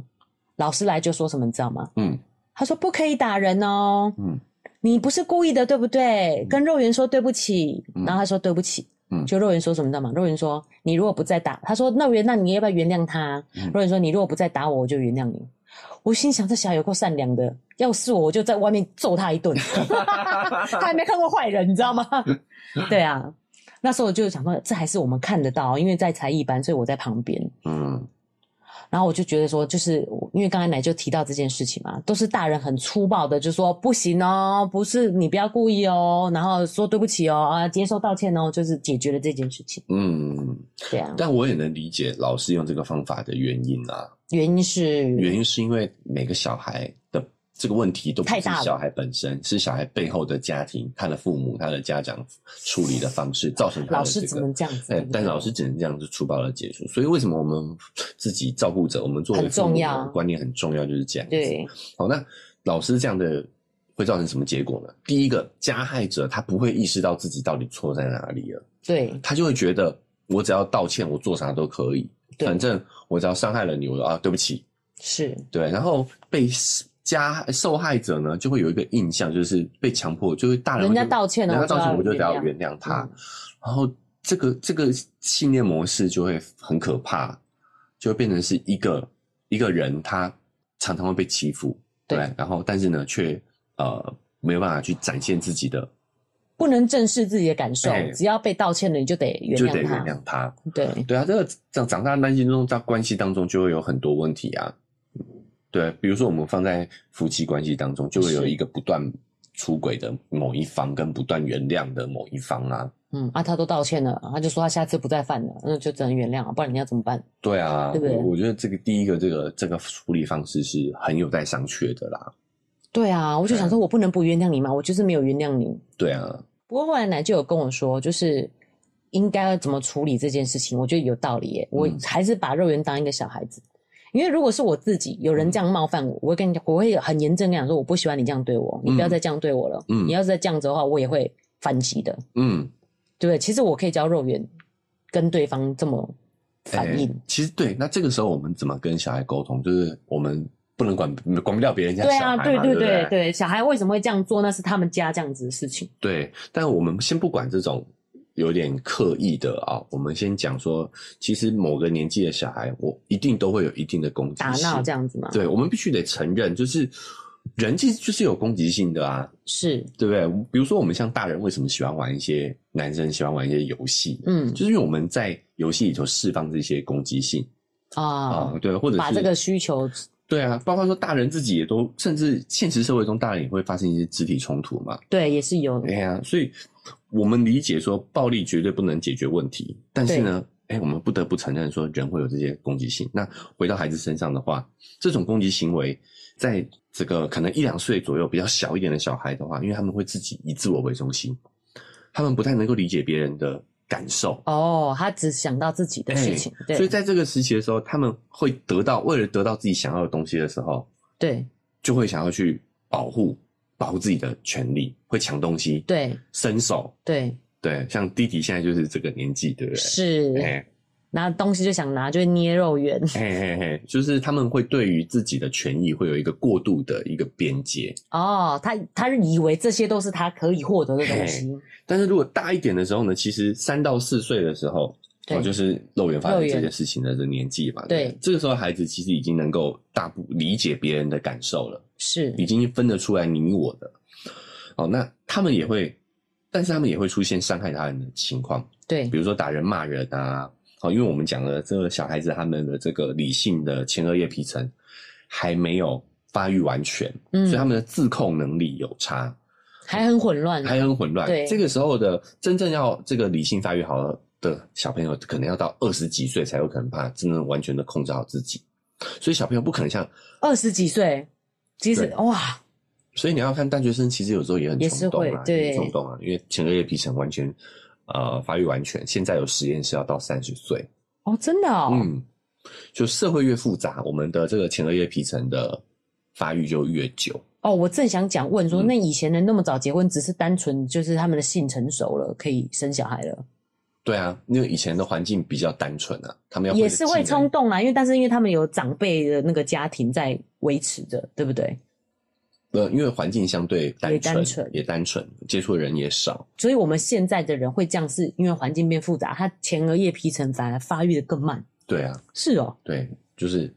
老师来就说什么，你知道吗？
嗯
他说不可以打人哦，
嗯
你不是故意的，对不对？跟肉圆说对不起，
嗯
然后他说对不起。
嗯
就肉圆说什么你知道吗？肉圆说：“你如果不再打，他说肉圆，那你要不要原谅他？”
嗯
肉圆说：“你如果不再打我，我就原谅你。”我心想这小孩有够善良的，要是我我就在外面揍他一顿。 [LAUGHS] 他还没看过坏人，你知道吗？ [LAUGHS] 对啊，那时候我就想说，这还是我们看得到，因为在才艺班，所以我在旁边。
嗯
然后我就觉得说，就是我因为刚才奶就提到这件事情嘛，都是大人很粗暴的，就说不行哦，不是你不要故意哦，然后说对不起哦，啊，接受道歉哦，就是解决了这件事情。
嗯，
对啊，
但我也能理解老师用这个方法的原因啊，
原因是
原因是因为每个小孩的这个问题都不
太
是
大了
小孩本身，是小孩背后的家庭、他的父母、他的家长处理的方式造成
老
他的呃这
师只
个
能。这样子，
哎，但老师只能这样子粗暴的结束，所以为什么我们自己照顾者，我们作为
很
父母
重要
的观念很重要，就是这样子。
对，
好，那老师这样的会造成什么结果呢？第一个，加害者他不会意识到自己到底错在哪里了，
对
他就会觉得我只要道歉，我做啥都可以，
对
反正我只要伤害了你，我啊对不起，
是，
对，然后被加受害者呢就会有一个印象，就是被强迫，就是大人
人家
会
道歉了哦
人家
我就
道歉
要
我就得
原
要
谅
原谅他，
嗯
然后这个这个信念模式就会很可怕，就会变成是一个一个人他常常会被欺负，对，
对
然后但是呢却呃没有办法去展现自己的，
不能正视自己的感受
哎，
只要被道歉了，你就得原
就得
谅
原
他。
谅他，
对，
对啊，这个长长大的关系中，在关系当中就会有很多问题啊。对，比如说我们放在夫妻关系当中，就会有
是
一个不断出轨的某一方跟不断原谅的某一方啊。
嗯，啊，他都道歉了，他就说他下次不再犯了，那就只能原谅啊，不然你要怎么办？
对啊，
对不对
我我觉得这个第一个这个这个处理方式是很有待商榷的啦。
对啊，我就想说，我不能不原谅你嘛，我就是没有原谅你。
对啊，
不过后来奶就有跟我说，就是应该要怎么处理这件事情，我觉得有道理耶。我
嗯
还是把肉圆当一个小孩子，因为如果是我自己，有
嗯
人这样冒犯我，我会跟你讲，我会很严正跟你讲说，我不喜欢你这样对我，你不要再这样对我了。
嗯
你要是再这样子的话，我也会反击的，
嗯，
对不对？其实我可以教肉圆跟对方这么反应，
哎其实对，那这个时候我们怎么跟小孩沟通？就是我们不能管管不了别人家
对
小孩
啊，
嘛，
对
对不
对对，小孩为什么会这样做，那是他们家这样子的事情。
对，但我们先不管这种有点刻意的啊、我们先讲说，其实某个年纪的小孩，我一定都会有一定的攻击
打
性。
闹这样子啊嘛，
对，我们必须得承认，就是人其实就是有攻击性的啊，
是，
对不对？比如说，我们像大人为什么喜欢玩一些男生喜欢玩一些游戏，
嗯
就是因为我们在游戏里头释放这些攻击性啊、
啊，
对，或者
把
是
这个需求
对啊，包括说大人自己也都，甚至现实社会中大人也会发生一些肢体冲突嘛。
对也是有
哎呀、所以我们理解说暴力绝对不能解决问题，但是呢，哎、我们不得不承认说人会有这些攻击性。那回到孩子身上的话，这种攻击行为，在这个可能一两岁左右比较小一点的小孩的话，因为他们会自己以自我为中心，他们不太能够理解别人的感受。
哦，他只想到自己的事情，
哎
对，
所以在这个时期的时候，他们会得到为了得到自己想要的东西的时候，
对
就会想要去保护保护自己的权利，会抢东西，，
对
伸手，
对
对，像弟弟现在就是这个年纪，对不对？
是，
哎
拿东西就想拿，就会捏肉圆，
嘿嘿嘿，就是他们会对于自己的权益会有一个过度的一个边界，
哦，他他以为这些都是他可以获得的东西，
但是如果大一点的时候呢，其实三到四岁的时候，
对
哦，就是肉圆发生
肉圆
这件事情的这年纪嘛，不
对
这个时候孩子其实已经能够大部理解别人的感受了。
是
已经分得出来你我的。哦，那他们也会，但是他们也会出现伤害他人的情况，
对
比如说打人、骂人啊。哦，因为我们讲了，这个小孩子他们的这个理性的前额叶皮层还没有发育完全，
嗯
所以他们的自控能力有差，
还很混乱，
还很混乱。
对
这个时候的真正要这个理性发育好的小朋友，可能要到二十几岁才有可能把真正完全的控制好自己。所以小朋友不可能像
二十几岁，其实
对
哇，
所以你要看大学生，其实有时候也很
也是
冲动啊，
会对
很冲动啊，因为前额叶皮层完全呃发育完全，现在有实验是要到三十岁，
哦，真的哦，
嗯，就社会越复杂，我们的这个前额叶皮层的发育就越久。
哦，我正想讲问说，
嗯
那以前人那么早结婚，只是单纯就是他们的性成熟了，可以生小孩了，
对啊，因为以前的环境比较单纯啊，他们要
也
会的
是会
技能
冲动啦，因为但是因为他们有长辈的那个家庭在维持着，对不对？
呃，因为环境相对单
也
纯，
单纯
也单纯接触的人也少。
所以我们现在的人会这样，是因为环境变复杂，他前额叶皮层反而发育的更慢。
对啊，
是哦，
对，就是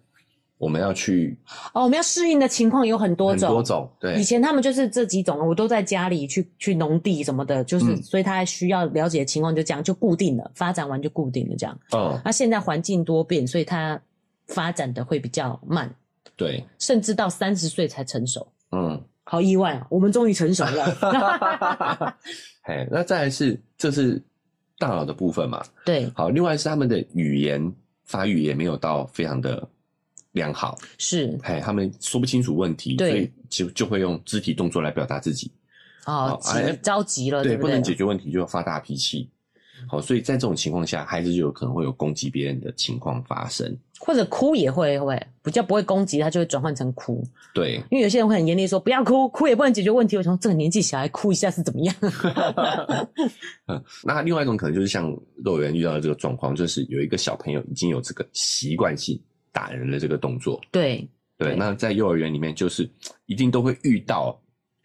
我们要去
哦，我们要适应的情况有很多
很
种。
多种，对
以，前他们就是这几种，啊我都在家里去去农地什么的，就是、
嗯
所以他需要了解的情况就这样就固定了，发展完就固定了这样。
嗯，
那现在环境多变，所以它发展的会比较慢，
对，
甚至到三十岁才成熟。 [LAUGHS]
嗯，
好意外啊！我们终于成熟
[LAUGHS]
了。
哎，那再来是这是大脑的部分嘛？
对，
好，另外是他们的语言发育也没有到非常的良好，
是
哎，他们说不清楚问题，所
对
以就就会用肢体动作来表达自己，
哦，急、
哎
着急了，呃对
不
不对
能？解决问题就发大脾气。好，所以在这种情况下，孩子就有可能会有攻击别人的情况发生。
或者哭也会会比较不会攻击，他就会转换成哭，
对，
因为有些人会很严厉说不要哭，哭也不能解决问题。我想说这个年纪小孩哭一下是怎么
[LAUGHS]
样？
嗯，那另外一种可能就是像幼儿园遇到的这个状况，就是有一个小朋友已经有这个习惯性打人的这个动作。
对，
对，
对
那在幼儿园里面，就是一定都会遇到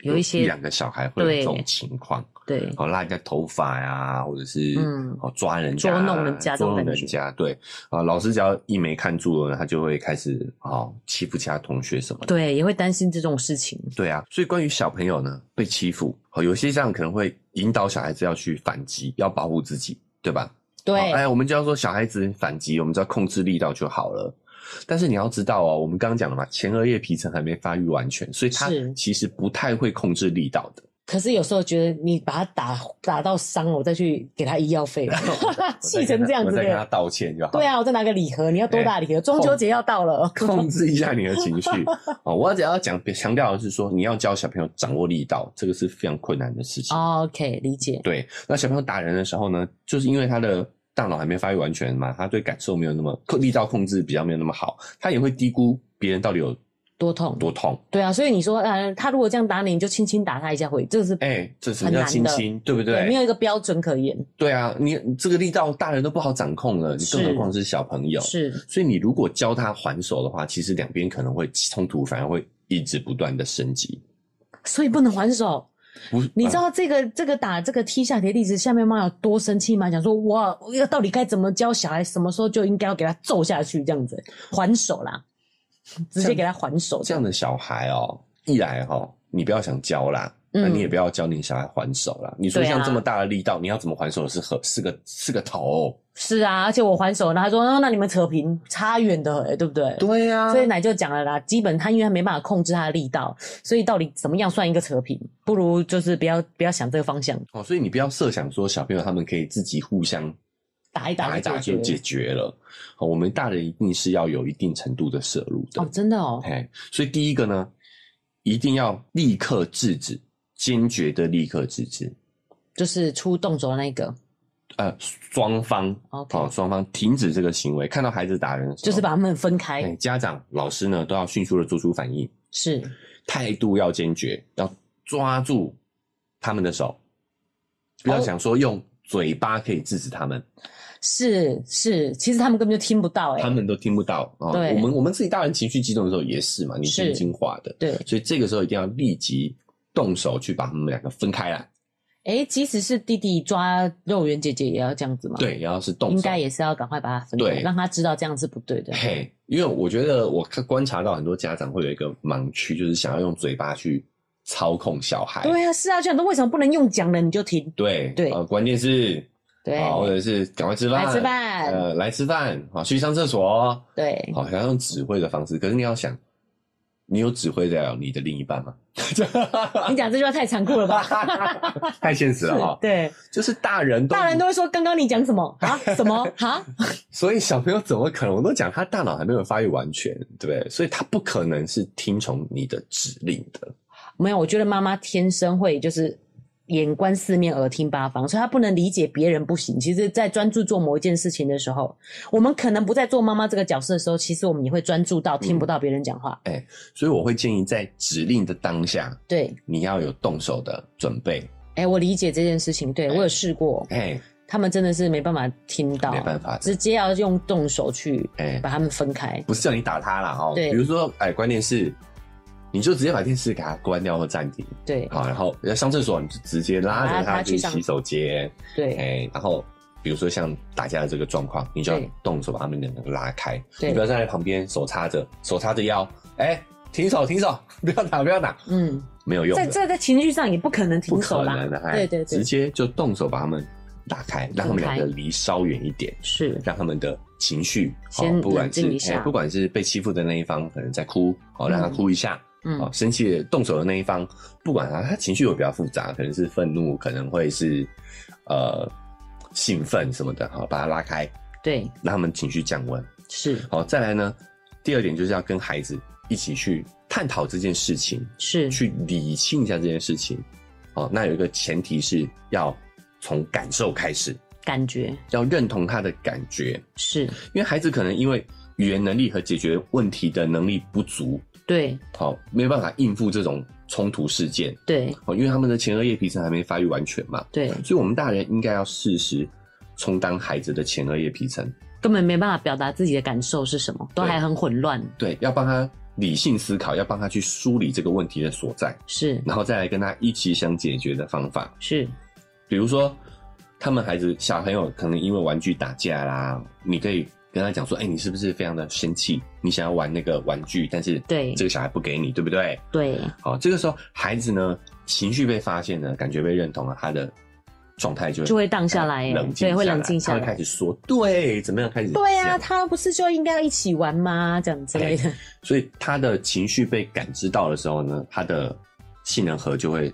有一些
两个小孩会有
对
这种情况，
对，
哦，拉人家头发呀、或者是
嗯
哦抓人家、
捉弄人家这
捉
种
弄
感觉
人家。对，啊、老师只要一没看住了，他就会开始哦欺负其他同学什么的。
对，也会担心这种事情。
对啊，所以关于小朋友呢被欺负，哦，有些家长可能会引导小孩子要去反击，要保护自己，对吧？好
对，
哎，我们就要说小孩子反击，我们只要控制力道就好了。但是你要知道哦，我们刚刚讲了嘛，前额叶皮层还没发育完全，所以他
是
其实不太会控制力道的。
可是有时候觉得你把他打打到伤了，我再去给他医药
[LAUGHS]
费，气成这样子
我再跟他哎
的。
道歉就好。
对，啊，我再拿个礼盒，你要多大礼盒？中秋节要到 [LAUGHS] 了，
控制一下你的情绪哦。我只要讲强调的是说，你要教小朋友掌握力道，这个是非常困难的事情。
哦 OK，理解。
对，那小朋友打人的时候呢，就是因为他的大脑还没发育完全嘛，他对感受没有那么力道控制比较没有那么好，他也会低估别人到底有
多痛，
多痛。
对啊，所以你说，呃，他如果这样打你，你就轻轻打他一下回，这个是
哎、这什
嗯
么
很
叫
难
亲
的
亲，对不对？
没有一个标准可言。
对啊，你你这个力道大人都不好掌控了，你更何
是
况是小朋友。
是，
所以你如果教他还手的话，其实两边可能会冲突，反而会一直不断的升级。
所以不能还手。
不，
你知
呃
道这个、这个打这个踢下铁例子，下面妈有多生气吗？讲说哇，要到底该怎么教小孩，什么时候就应该要给他揍下去，这样子还手啦，直接给他还手
这样的小孩哦，一来哦，你不要想教啦。那
嗯
你也不要教你小孩还手啦。你说
对啊
像这么大的力道，你要怎么还手是和是个是个头？
是啊，而且我还手，然后他说、哦那你们扯平，差远的很，对不对？
对啊呀、
所以奶就讲了啦，基本他因为他没办法控制他的力道，所以到底怎么样算一个扯平？不如就是不要不要想这个方向，
哦，所以你不要设想说小朋友他们可以自己互相
打一打
打一打就
解
解
决。
决了。哦我们大人一定是要有一定程度的摄入的
哦，。真的哦，
哎，所以第一个呢，一定要立刻制止，坚决的立刻制止。
就是出动手的那个，
呃，双方
OK
哦，双方停止这个行为。看到孩子打人的时候，
就是把他们分开。
哎，家长、老师呢都要迅速的做出反应，
是
态度要坚决，要抓住他们的手，不要
哦
想说用嘴巴可以制止他们，
是是，其实他们根本就听不到哎、
他们都听不到哦。
对
我们我们自己大人情绪激动的时候也是嘛，你
是
听听话的，
对，
所以这个时候一定要立即动手去把他们两个分开来。
哎、即使是弟弟抓肉圆姐姐也要这样子吗？，
对，然后是动手，
啊应该也是要赶快把它分开，
对
让他知道这样是不对的。
嘿，因为我觉得我看观察到很多家长会有一个盲区，就是想要用嘴巴去操控小孩。
对啊，是啊，就想说为什么不能用讲了你就停？
对
对
呃，关键是
对，
啊，或者是赶快吃饭，
来吃饭嗯
呃，来吃饭啊，去上厕所，
对，
好，想要用指挥的方式。可是你要想，你有指挥了你的另一半吗？
[LAUGHS] 你讲这句话太残酷了吧？
[LAUGHS] 太现实了呃啊哈、
[LAUGHS] 对，
就是大人都
大人都会说刚刚你讲什么啊？什
[LAUGHS]
么啊？
所以小朋友怎么可能？我都讲他大脑还没有发育完全，对不对？所以他不可能是听从你的指令的。
没有，我觉得妈妈天生会就是眼观四面，耳听八方，所以他不能理解别人不行。其实，在专注做某一件事情的时候，我们可能不在做妈妈这个角色的时候，其实我们也会专注到听不到别人讲话。
所以我会建议在指令的当下，
对，
你要有动手的准备。
哎、我理解这件事情，对
哎
我有试过，
哎
他们真的是没办法听到，
没办法
直接要用动手去
哎，
把他们分开。
不是叫你打他啦哦。
对
比如说，哎，关键是，你就直接把电视给他关掉或暂停，
对
好，然后要上厕所你就直接拉
拉
着
他
他
去
去
上
洗手间，
对
哎，然后比如说像打架的这个状况，你就要
对
动手把他们两个拉开，你不要
对，
站在旁边手插着，手插着腰，哎，停手停手， [LAUGHS] 不要打不要打，
嗯，
没有用
在
的，
在在情绪上也不可能
不
停手
可
啦
能的，，哎
对对
直
对，
接就动手把他们打开，让他们两个离稍远一点，
是
让他们的情绪哦
先
不管
冷静
是
一下
哎不管是被欺负的那一方可能在哭，哦，让他
嗯
哭一下。哦
嗯，
生气的动手的那一方，不管他，他情绪会比较复杂，可能是愤怒，可能会是呃兴奋什么的，好、把他拉开，
对
让他们情绪降温。
是
好、再来呢，第二点就是要跟孩子一起去探讨这件事情，
是
去理清一下这件事情。哦，那有一个前提是要从感受开始，
感觉
要认同他的感觉，
是
因为孩子可能因为语言能力和解决问题的能力不足，
对
好、没有办法应付这种冲突事件。
对
哦，因为他们的前额叶皮层还没发育完全嘛，
对，
所以我们大人应该要适时充当孩子的前额叶皮层，
根本没办法表达自己的感受是什么，都
对
还很混乱。
对，要帮他理性思考，要帮他去梳理这个问题的所在，
是
然后再来跟他一起想解决的方法。
是，
比如说，他们孩子小朋友可能因为玩具打架啦，你可以跟他讲说，哎、你是不是非常的生气？你想要玩那个玩具，但是
对
这个小孩不给你，对不对？
对
好，这个时候孩子呢，情绪被发现呢，感觉被认同了，他的状态就
就会荡下来耶
冷静
对会
下
冷静下
他
来
会开始说对，怎么样开始
对呀、
想
他不是就应该要一起玩吗？这样之类的，
所以他的情绪被感知到的时候呢，他的杏仁核就会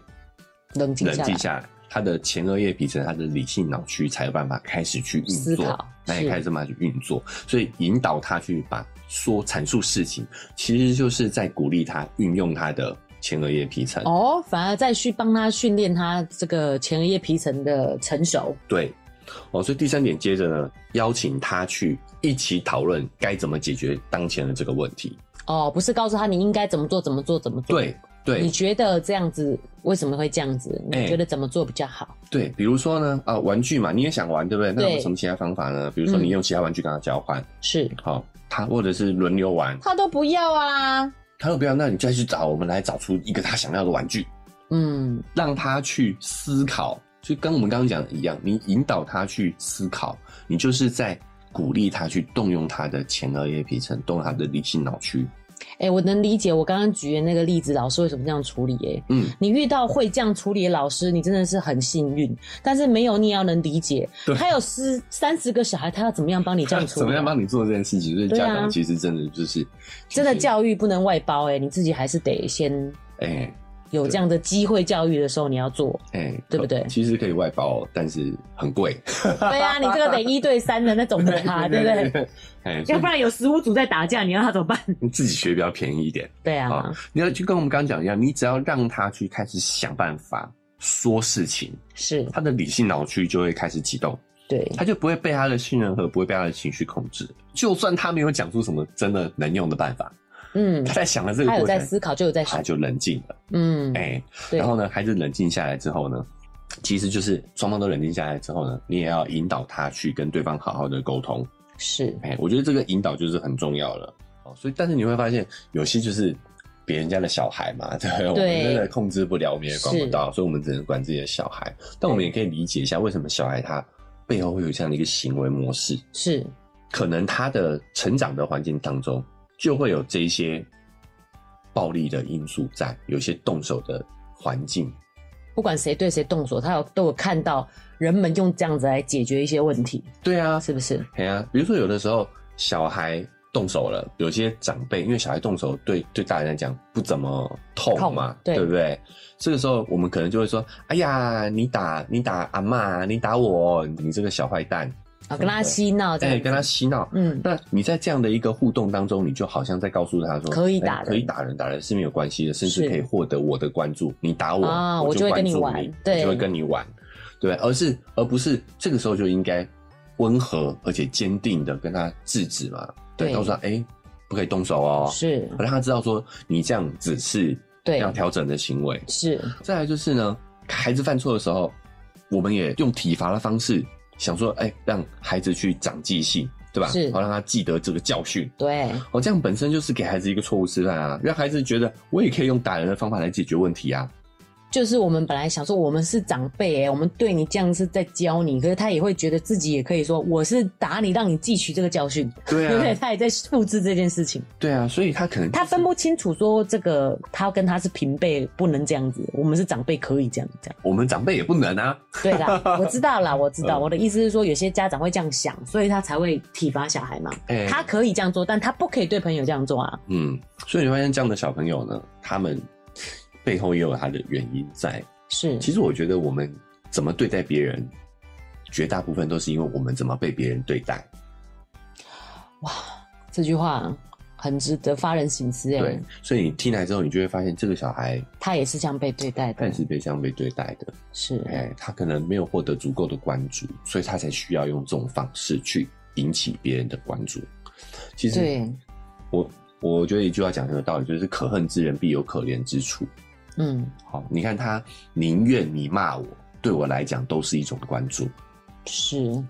冷静
冷
下来
静下来，他的前额叶皮层、他的理性脑区才有办法开始去运
思
作
考，
那
是
也开始慢慢去运作，所以引导他去把说阐述事情，其实就是在鼓励他运用他的前额叶皮层。
哦，反而再去帮他训练他这个前额叶皮层的成熟。
对，哦，所以第三点接着呢，邀请他去一起讨论该怎么解决当前的这个问题。
哦，不是告诉他你应该怎么做，怎么做，怎么做。
对，对
你，觉得这样子为什么会这样子？
哎
你觉得怎么做比较好？
对，比如说呢，啊，玩具嘛，你也想玩，对不对？那有没有
对
什么其他方法呢？比如说
嗯
你用其他玩具跟他交换，
是
好、他或者是轮流玩，
他都不要啊。
他有不要，那你再去找我们来找出一个他想要的玩具，
嗯，
让他去思考。就跟我们刚刚讲的一样，你引导他去思考，你就是在鼓励他去动用他的前额叶皮层，动用他的理性脑区。
哎、我能理解我刚刚举的那个例子，老师为什么这样处理、哎，
嗯，
你遇到会这样处理的老师，你真的是很幸运。但是没有，你也要能理解
对，
他有十三十个小孩，他要怎么样帮你这样处理、
[LAUGHS] 怎么样帮你做这件事情？所以
对
家
啊
长其实真的就是，
真的
就是，
教育不能外包、哎，你自己还是得先
哎、
有这样的机会教育的时候，你要
[LAUGHS]
做。
哎、
对不对
其实可以外包，但是很贵。
对啊，你这个得一对三的那种的
[LAUGHS]
啊，对不对？
对？哎，所
要
以
不然有食物组在打架，你让他怎么
[LAUGHS]
办？
你自己学比较便宜一点
对啊，
啊。你要就跟我们刚刚讲一样，你只要让他去开始想办法说事情，
是
他的理性脑区就会开始启动，
对，
他就不会被他的信任和不会被他的情绪控制。就算他没有讲出什么真的能用的办法，
嗯
他，在想的这个
他有
过
在
程，
思考，就有在
他
想，
就冷静了。
嗯，
哎，
对
然后呢，孩子冷静下来之后呢，其实就是双方都冷静下来之后呢，你也要引导他去跟对方好好的沟通。
是
哎，我觉得这个引导就是很重要了。哦，所以但是你会发现，有些就是别人家的小孩嘛，对，我们真的控制不了，我们也管不到，所以我们只能管自己的小孩。但我们也可以理解一下，为什么小孩他背后会有这样的一个行为模式，
是，
可能他的成长的环境当中就会有这一些暴力的因素在，有一些动手的环境。
不管谁对谁动手，他有都有看到人们用这样子来解决一些问题，
对啊，
是不是？
哎呀、比如说有的时候小孩动手了，有些长辈因为小孩动手对对大人来讲不怎么痛嘛，
痛对
不对？这个时候我们可能就会说：“哎呀，你打你打阿嬷，你打我，你这个小坏蛋。”
啊，跟他嬉闹这
哎、
样子，
跟他洗脑。
嗯，
那你在这样的一个互动当中，你就好像在告诉他说，
可以
哎
打人
可以打人，打人是没有关系的，甚至
是
可以获得我的关注。你打我，
啊
我
我就会
关
跟你
注
玩
你
对
我就会跟你玩，对，而是而不是这个时候就应该温和而且坚定的跟他制止嘛，对，
对
告诉他，哎、不可以动手哦，
是，
让他知道说你这样子是
对
要调整的行为。
是，
再来就是呢，孩子犯错的时候，我们也用体罚的方式，想说，哎、让孩子去长记性，对吧？
是
好让他记得这个教训。
对，
哦，这样本身就是给孩子一个错误示范啊，让孩子觉得我也可以用打人的方法来解决问题啊。
就是我们本来想说我们是长辈哎、我们对你这样是在教你，可是他也会觉得自己也可以说我是打你，让你汲取这个教训，
对
对不 [LAUGHS] 对？
啊，
他也在复制这件事情，
对啊，所以他可能
他分不清楚说这个他跟他是平辈，不能这样子，我们是长辈可以这样这样。
我们长辈也不能啊。
对
[LAUGHS]
啦，我知道啦，我知道。
嗯
我的意思是说，有些家长会这样想，所以他才会体罚小孩嘛。
哎
他可以这样做，但他不可以对朋友这样做啊。
嗯，所以你发现这样的小朋友呢，他们背后也有他的原因在。
是，
其实我觉得我们怎么对待别人，绝大部分都是因为我们怎么被别人对待。
哇，这句话很值得发人省思哎
对。，所以你听来之后，你就会发现这个小孩
他也是这样被对待
他
的
也，是被这样被对待的，
是
哎、他可能没有获得足够的关注，所以他才需要用这种方式去引起别人的关注。其实
对，
我我觉得一句话讲得很有道理，就是可恨之人必有可怜之处。
嗯，
好，你看他宁愿你骂我，对我来讲都是一种关注。
是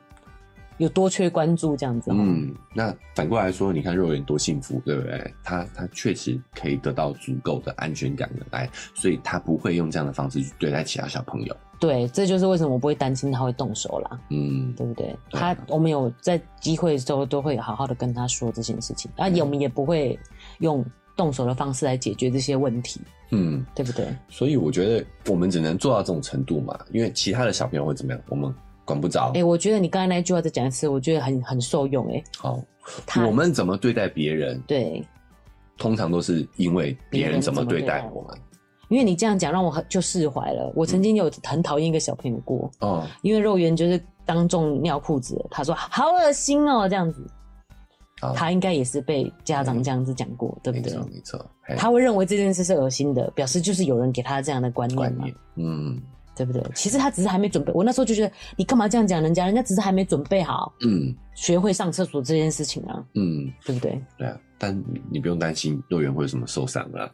有多缺关注这样子。嗯，
嗯，那反过来说，你看肉圆多幸福，对不对？他他确实可以得到足够的安全感的来，所以他不会用这样的方式去对待其他小朋友。
对，这就是为什么我不会担心他会动手啦。
嗯，
对不对？
对
他我们有在机会的时候都会好好的跟他说这件事情，而、
嗯
也我们也不会用动手的方式来解决这些问题，
嗯，
对不对？
所以我觉得我们只能做到这种程度嘛，因为其他的小朋友会怎么样，我们管不着
哎、。我觉得你刚才那句话再讲一次，我觉得很很受用、诶
好，
他
我们怎么对待别人，
对，
通常都是因为别人怎么对待
别人怎么对待
我们。
因为你这样讲让我很就释怀了。我曾经有很讨厌一个小朋友过，
哦，
因为肉圆就是当众尿裤子了，他说好恶心哦这样子，
好，
他应该也是被家长这样子讲过，对
哦嗯没
不对
错？没错，嘿
他会认为这件事是恶心的，表示就是有人给他这样的观念
观
嘛
念。，嗯
对不对？其实他只是还没准备。我那时候就觉得，你干嘛这样讲人家？人家只是还没准备好
嗯
学会上厕所这件事情啊，
嗯，
对不对？
对啊，但你不用担心肉圆会有什么受伤
[LAUGHS]
啦。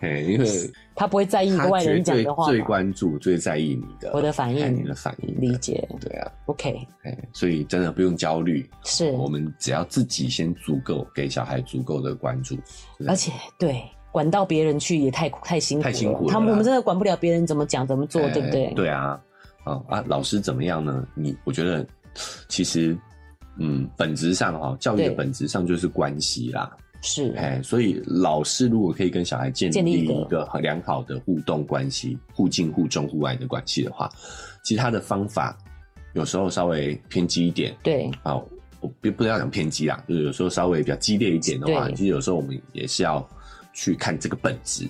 嘿因为
他不会在意一个
他
外
绝
人讲
对
的话嘛
最关注、最在意你的
我的反应
嘿你的反应的
理解。
对啊，
OK，
哎，所以真的不用焦虑，
是，
我们只要自己先足够给小孩足够的关注，
而且对管到别人去也太太辛苦
太辛苦了啦
他们我们真的管不了别人怎么讲怎么做，
哎
对不对？
对啊，啊啊，老师怎么样呢？你我觉得其实。嗯，本质上哈、教育的
对
本质上就是关系啦，
是，
哎，所以老师如果可以跟小孩建
建
立
立一个
一个很良好的互动关系、互敬互重互爱的关系的话，其他的方法有时候稍微偏激一点
对，
啊，我不不要讲偏激啦，就是有时候稍微比较激烈一点的话，
对
其实有时候我们也是要去看这个本质。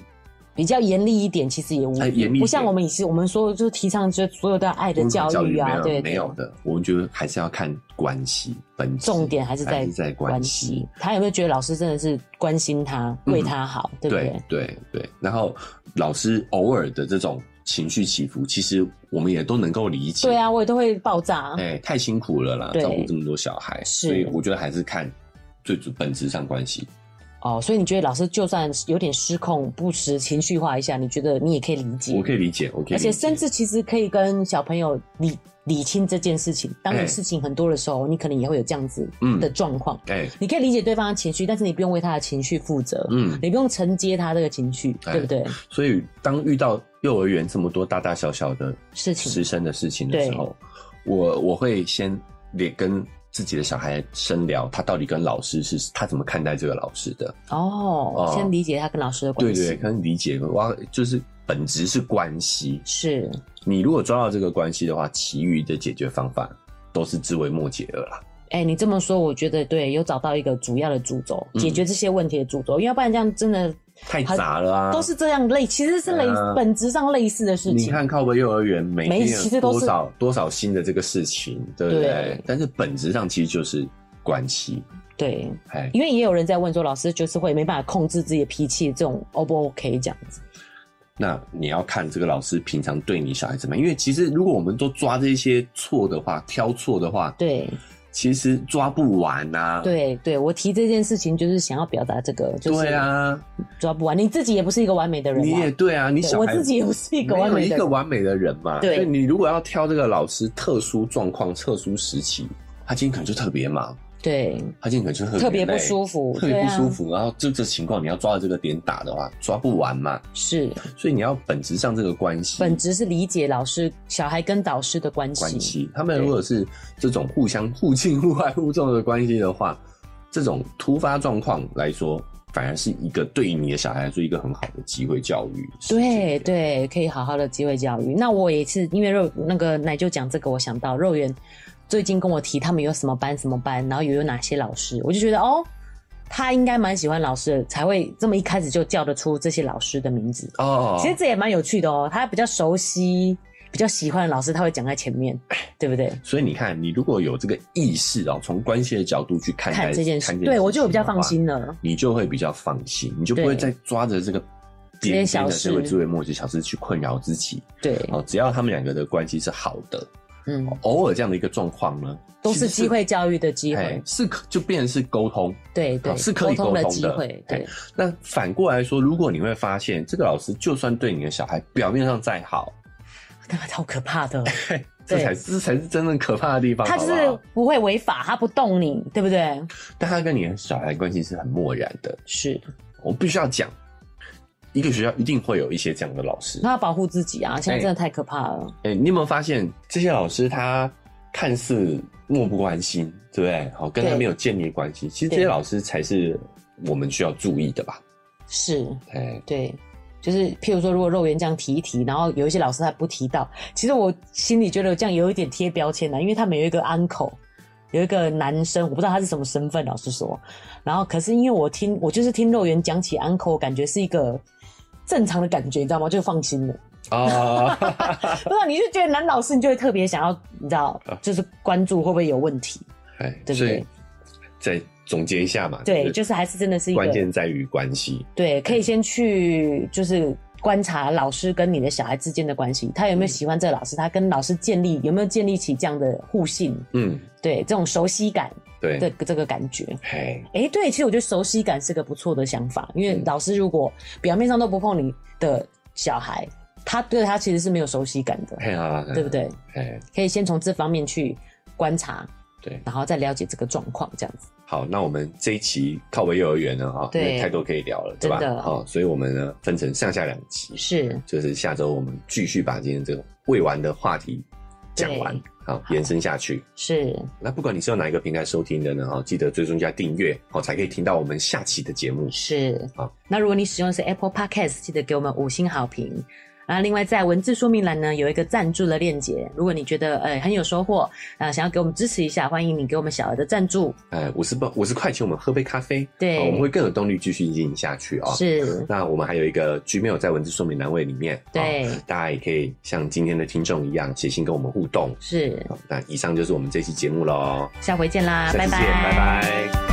比较严厉一点，其实也无
哎严厉一点
不像我们以前我们说就是提倡就所有都要爱的教育
没
啊，
有
对，
没
对
有的，我们觉得还是要看关系本质，
重点还是在
在关
关
系
系。。他有没有觉得老师真的是关心他，
嗯
为他好，对不对？
对对，然后老师偶尔的这种情绪起伏，其实我们也都能够理解。
对，啊，我也都会爆炸。
哎、太辛苦了啦，
对
照顾这么多小孩，
是
所以我觉得还是看最主本质上关系。
哦，所以你觉得老师就算有点失控、不时情绪化一下，你觉得你也可以理解，
我可以理解，我可以理解，
而且甚至其实可以跟小朋友理理清这件事情。当
哎
你事情很多的时候，你可能也会有这样子
嗯
的状况，
哎、
你可以理解对方的情绪，但是你不用为他的情绪负责，
嗯，
你不用承接他这个情绪，
哎
对不对？
所以当遇到幼儿园这么多大大小小的
事
师
情
生的事情的时候，我我会先也跟自己的小孩深聊，他到底跟老师是他怎么看待这个老师的。
哦
哦，
先理解他跟老师的关
对
系，
对，可能理解，我要就是本质是关系。
是
你如果抓到这个关系的话，其余的解决方法都是枝微末节了啦。
哎、你这么说，我觉得对，有找到一个主要的主轴，
嗯
解决这些问题的主轴，因为要不然这样真的
太杂了啊！
都是这样类，其实是类、
嗯
本质上类似的事
你
情。
看靠背幼儿园每
每
天
其
有
实都
多
是
少多少新的这个事情，对不对？
对
但是本质上其实就是关系，
对，
哎，
因为也有人在问说，老师就是会没办法控制自己的脾气，这种 O 不 OK 这样子？
那你要看这个老师平常对你小孩怎么样，因为其实如果我们都抓这些错的话，挑错的话，
对
其实抓不完呐、啊。
对对，我提这件事情就是想要表达这个，就是
对啊，
抓不完，你自己也不是一个完美的人、啊，
你也对啊，你
对
小
我
孩
自己也不是一个
没
完
有
美
一
的
个
人，
完美的人嘛。
对
所以你如果要挑这个老师特殊状况、特殊时期，他今天可能就特别忙，
对，
他今天可能就
特
特
别不
累
舒服，
特别不舒
对啊，
服，然后这这情况你要抓到这个点打的话，抓不完嘛，
是
所以你要本质上这个关系，
本质是理解老师、小孩跟导师的关系，
关系，他们如果是这种互相互敬互爱互重的关系的话，这种突发状况来说，反而是一个对于你的小孩来说一个很好的机会教育，
对，对，可以好好的机会教育。那我也是因为肉那个奶就讲这个，我想到肉圆最近跟我提他们有什么班什么班，然后有有哪些老师，我就觉得哦，他应该蛮喜欢老师的，才会这么一开始就叫得出这些老师的名字。
哦，
其实这也蛮有趣的哦，他比较熟悉、比较喜欢的老师，他会讲在前面，对不对？
所以你看，你如果有这个意识哦，从关系的角度去看待
看这件事，
看
对我就比较
情的
放
话，
心了。
你就会比较放心，你就不会
对
再抓着这个
些
边
小
边的
事
这个智慧末节小事去困扰自己。
对，
哦，只要他们两个的关系是好的，
嗯，
偶尔这样的一个状况呢，
都是机会教育的
其
机
实是，哎
会，，
是可就变成是沟通。
对对，
哦是可以
通
沟
的
通
机
的
会，
哎
对
那反过来说，如果你会发现，这个老师就算对你的小孩表面上再好，
那个好可怕的。哦
这
对
才这才是真正可怕的地方，
他就
好不
是
好
不会违法，他不动你，对不对？
但他跟你的小孩关系是很漠然的。
是，
我必须要讲，一个学校一定会有一些这样的老师。
他要保护自己啊！现在真的太可怕了。
哎、你有没有发现这些老师他看似漠不关心，对不对？好，跟他
对
没有建立关系。其实这些
对
老师才是我们需要注意的吧？
是，
哎、
对，就是譬如说，如果肉圆这样提一提，然后有一些老师他不提到，其实我心里觉得这样有一点贴标签了、啊因为他们有一个 uncle。有一个男生，我不知道他是什么身份，老实说。然后，可是因为我听，我就是听肉圆讲起 uncle，我感觉是一个正常的感觉，你知道吗？就放心了。
啊，
[LAUGHS] 不知道你就觉得男老师，你就会特别想要，你知道，
啊
就是关注会不会有问题。
哎，
对不对
所以再总结一下嘛，
对，
不
就是还是真的是一个
关键在于关系。
对，可以先去就是观察老师跟你的小孩之间的关系，他有没有喜欢这个老师，他跟老师建立有没有建立起这样的互信，
嗯，
对，这种熟悉感
对，
的这个感觉。
哎，
诶，对，其实我觉得熟悉感是个不错的想法，因为老师如果表面上都不碰你的小孩，他对他其实是没有熟悉感的，
嘿啊，
对不？对？
哎，
可以先从这方面去观察，
对，
然后再了解这个状况，这样子。
好，那我们这一期靠北幼儿园呢，哈，因
对
为太多可以聊了，对吧
真的？
好，所以我们呢分成上下两集，
是，
就是下周我们继续把今天这个未完的话题讲完
对，
好，延伸下去。
是，
那不管你是用哪一个平台收听的呢，哈，记得追踪加订阅，好，才可以听到我们下期的节目。
是
好。
那如果你使用的是 Apple Podcast，记得给我们五星好评。啊，另外在文字说明栏呢有一个赞助的链接，如果你觉得呃很有收获，啊、想要给我们支持一下，欢迎你给我们小额的赞助。
哎，五十八五十块钱，我们喝杯咖啡，
对
好我们会更有动力继续经营下去啊、。
是，
那我们还有一个 Gmail 在文字说明栏位里面，
对
哦大家也可以像今天的听众一样写信跟我们互动。
是，
好那以上就是我们这期节目喽，
下回见啦，
下期见，
拜
拜拜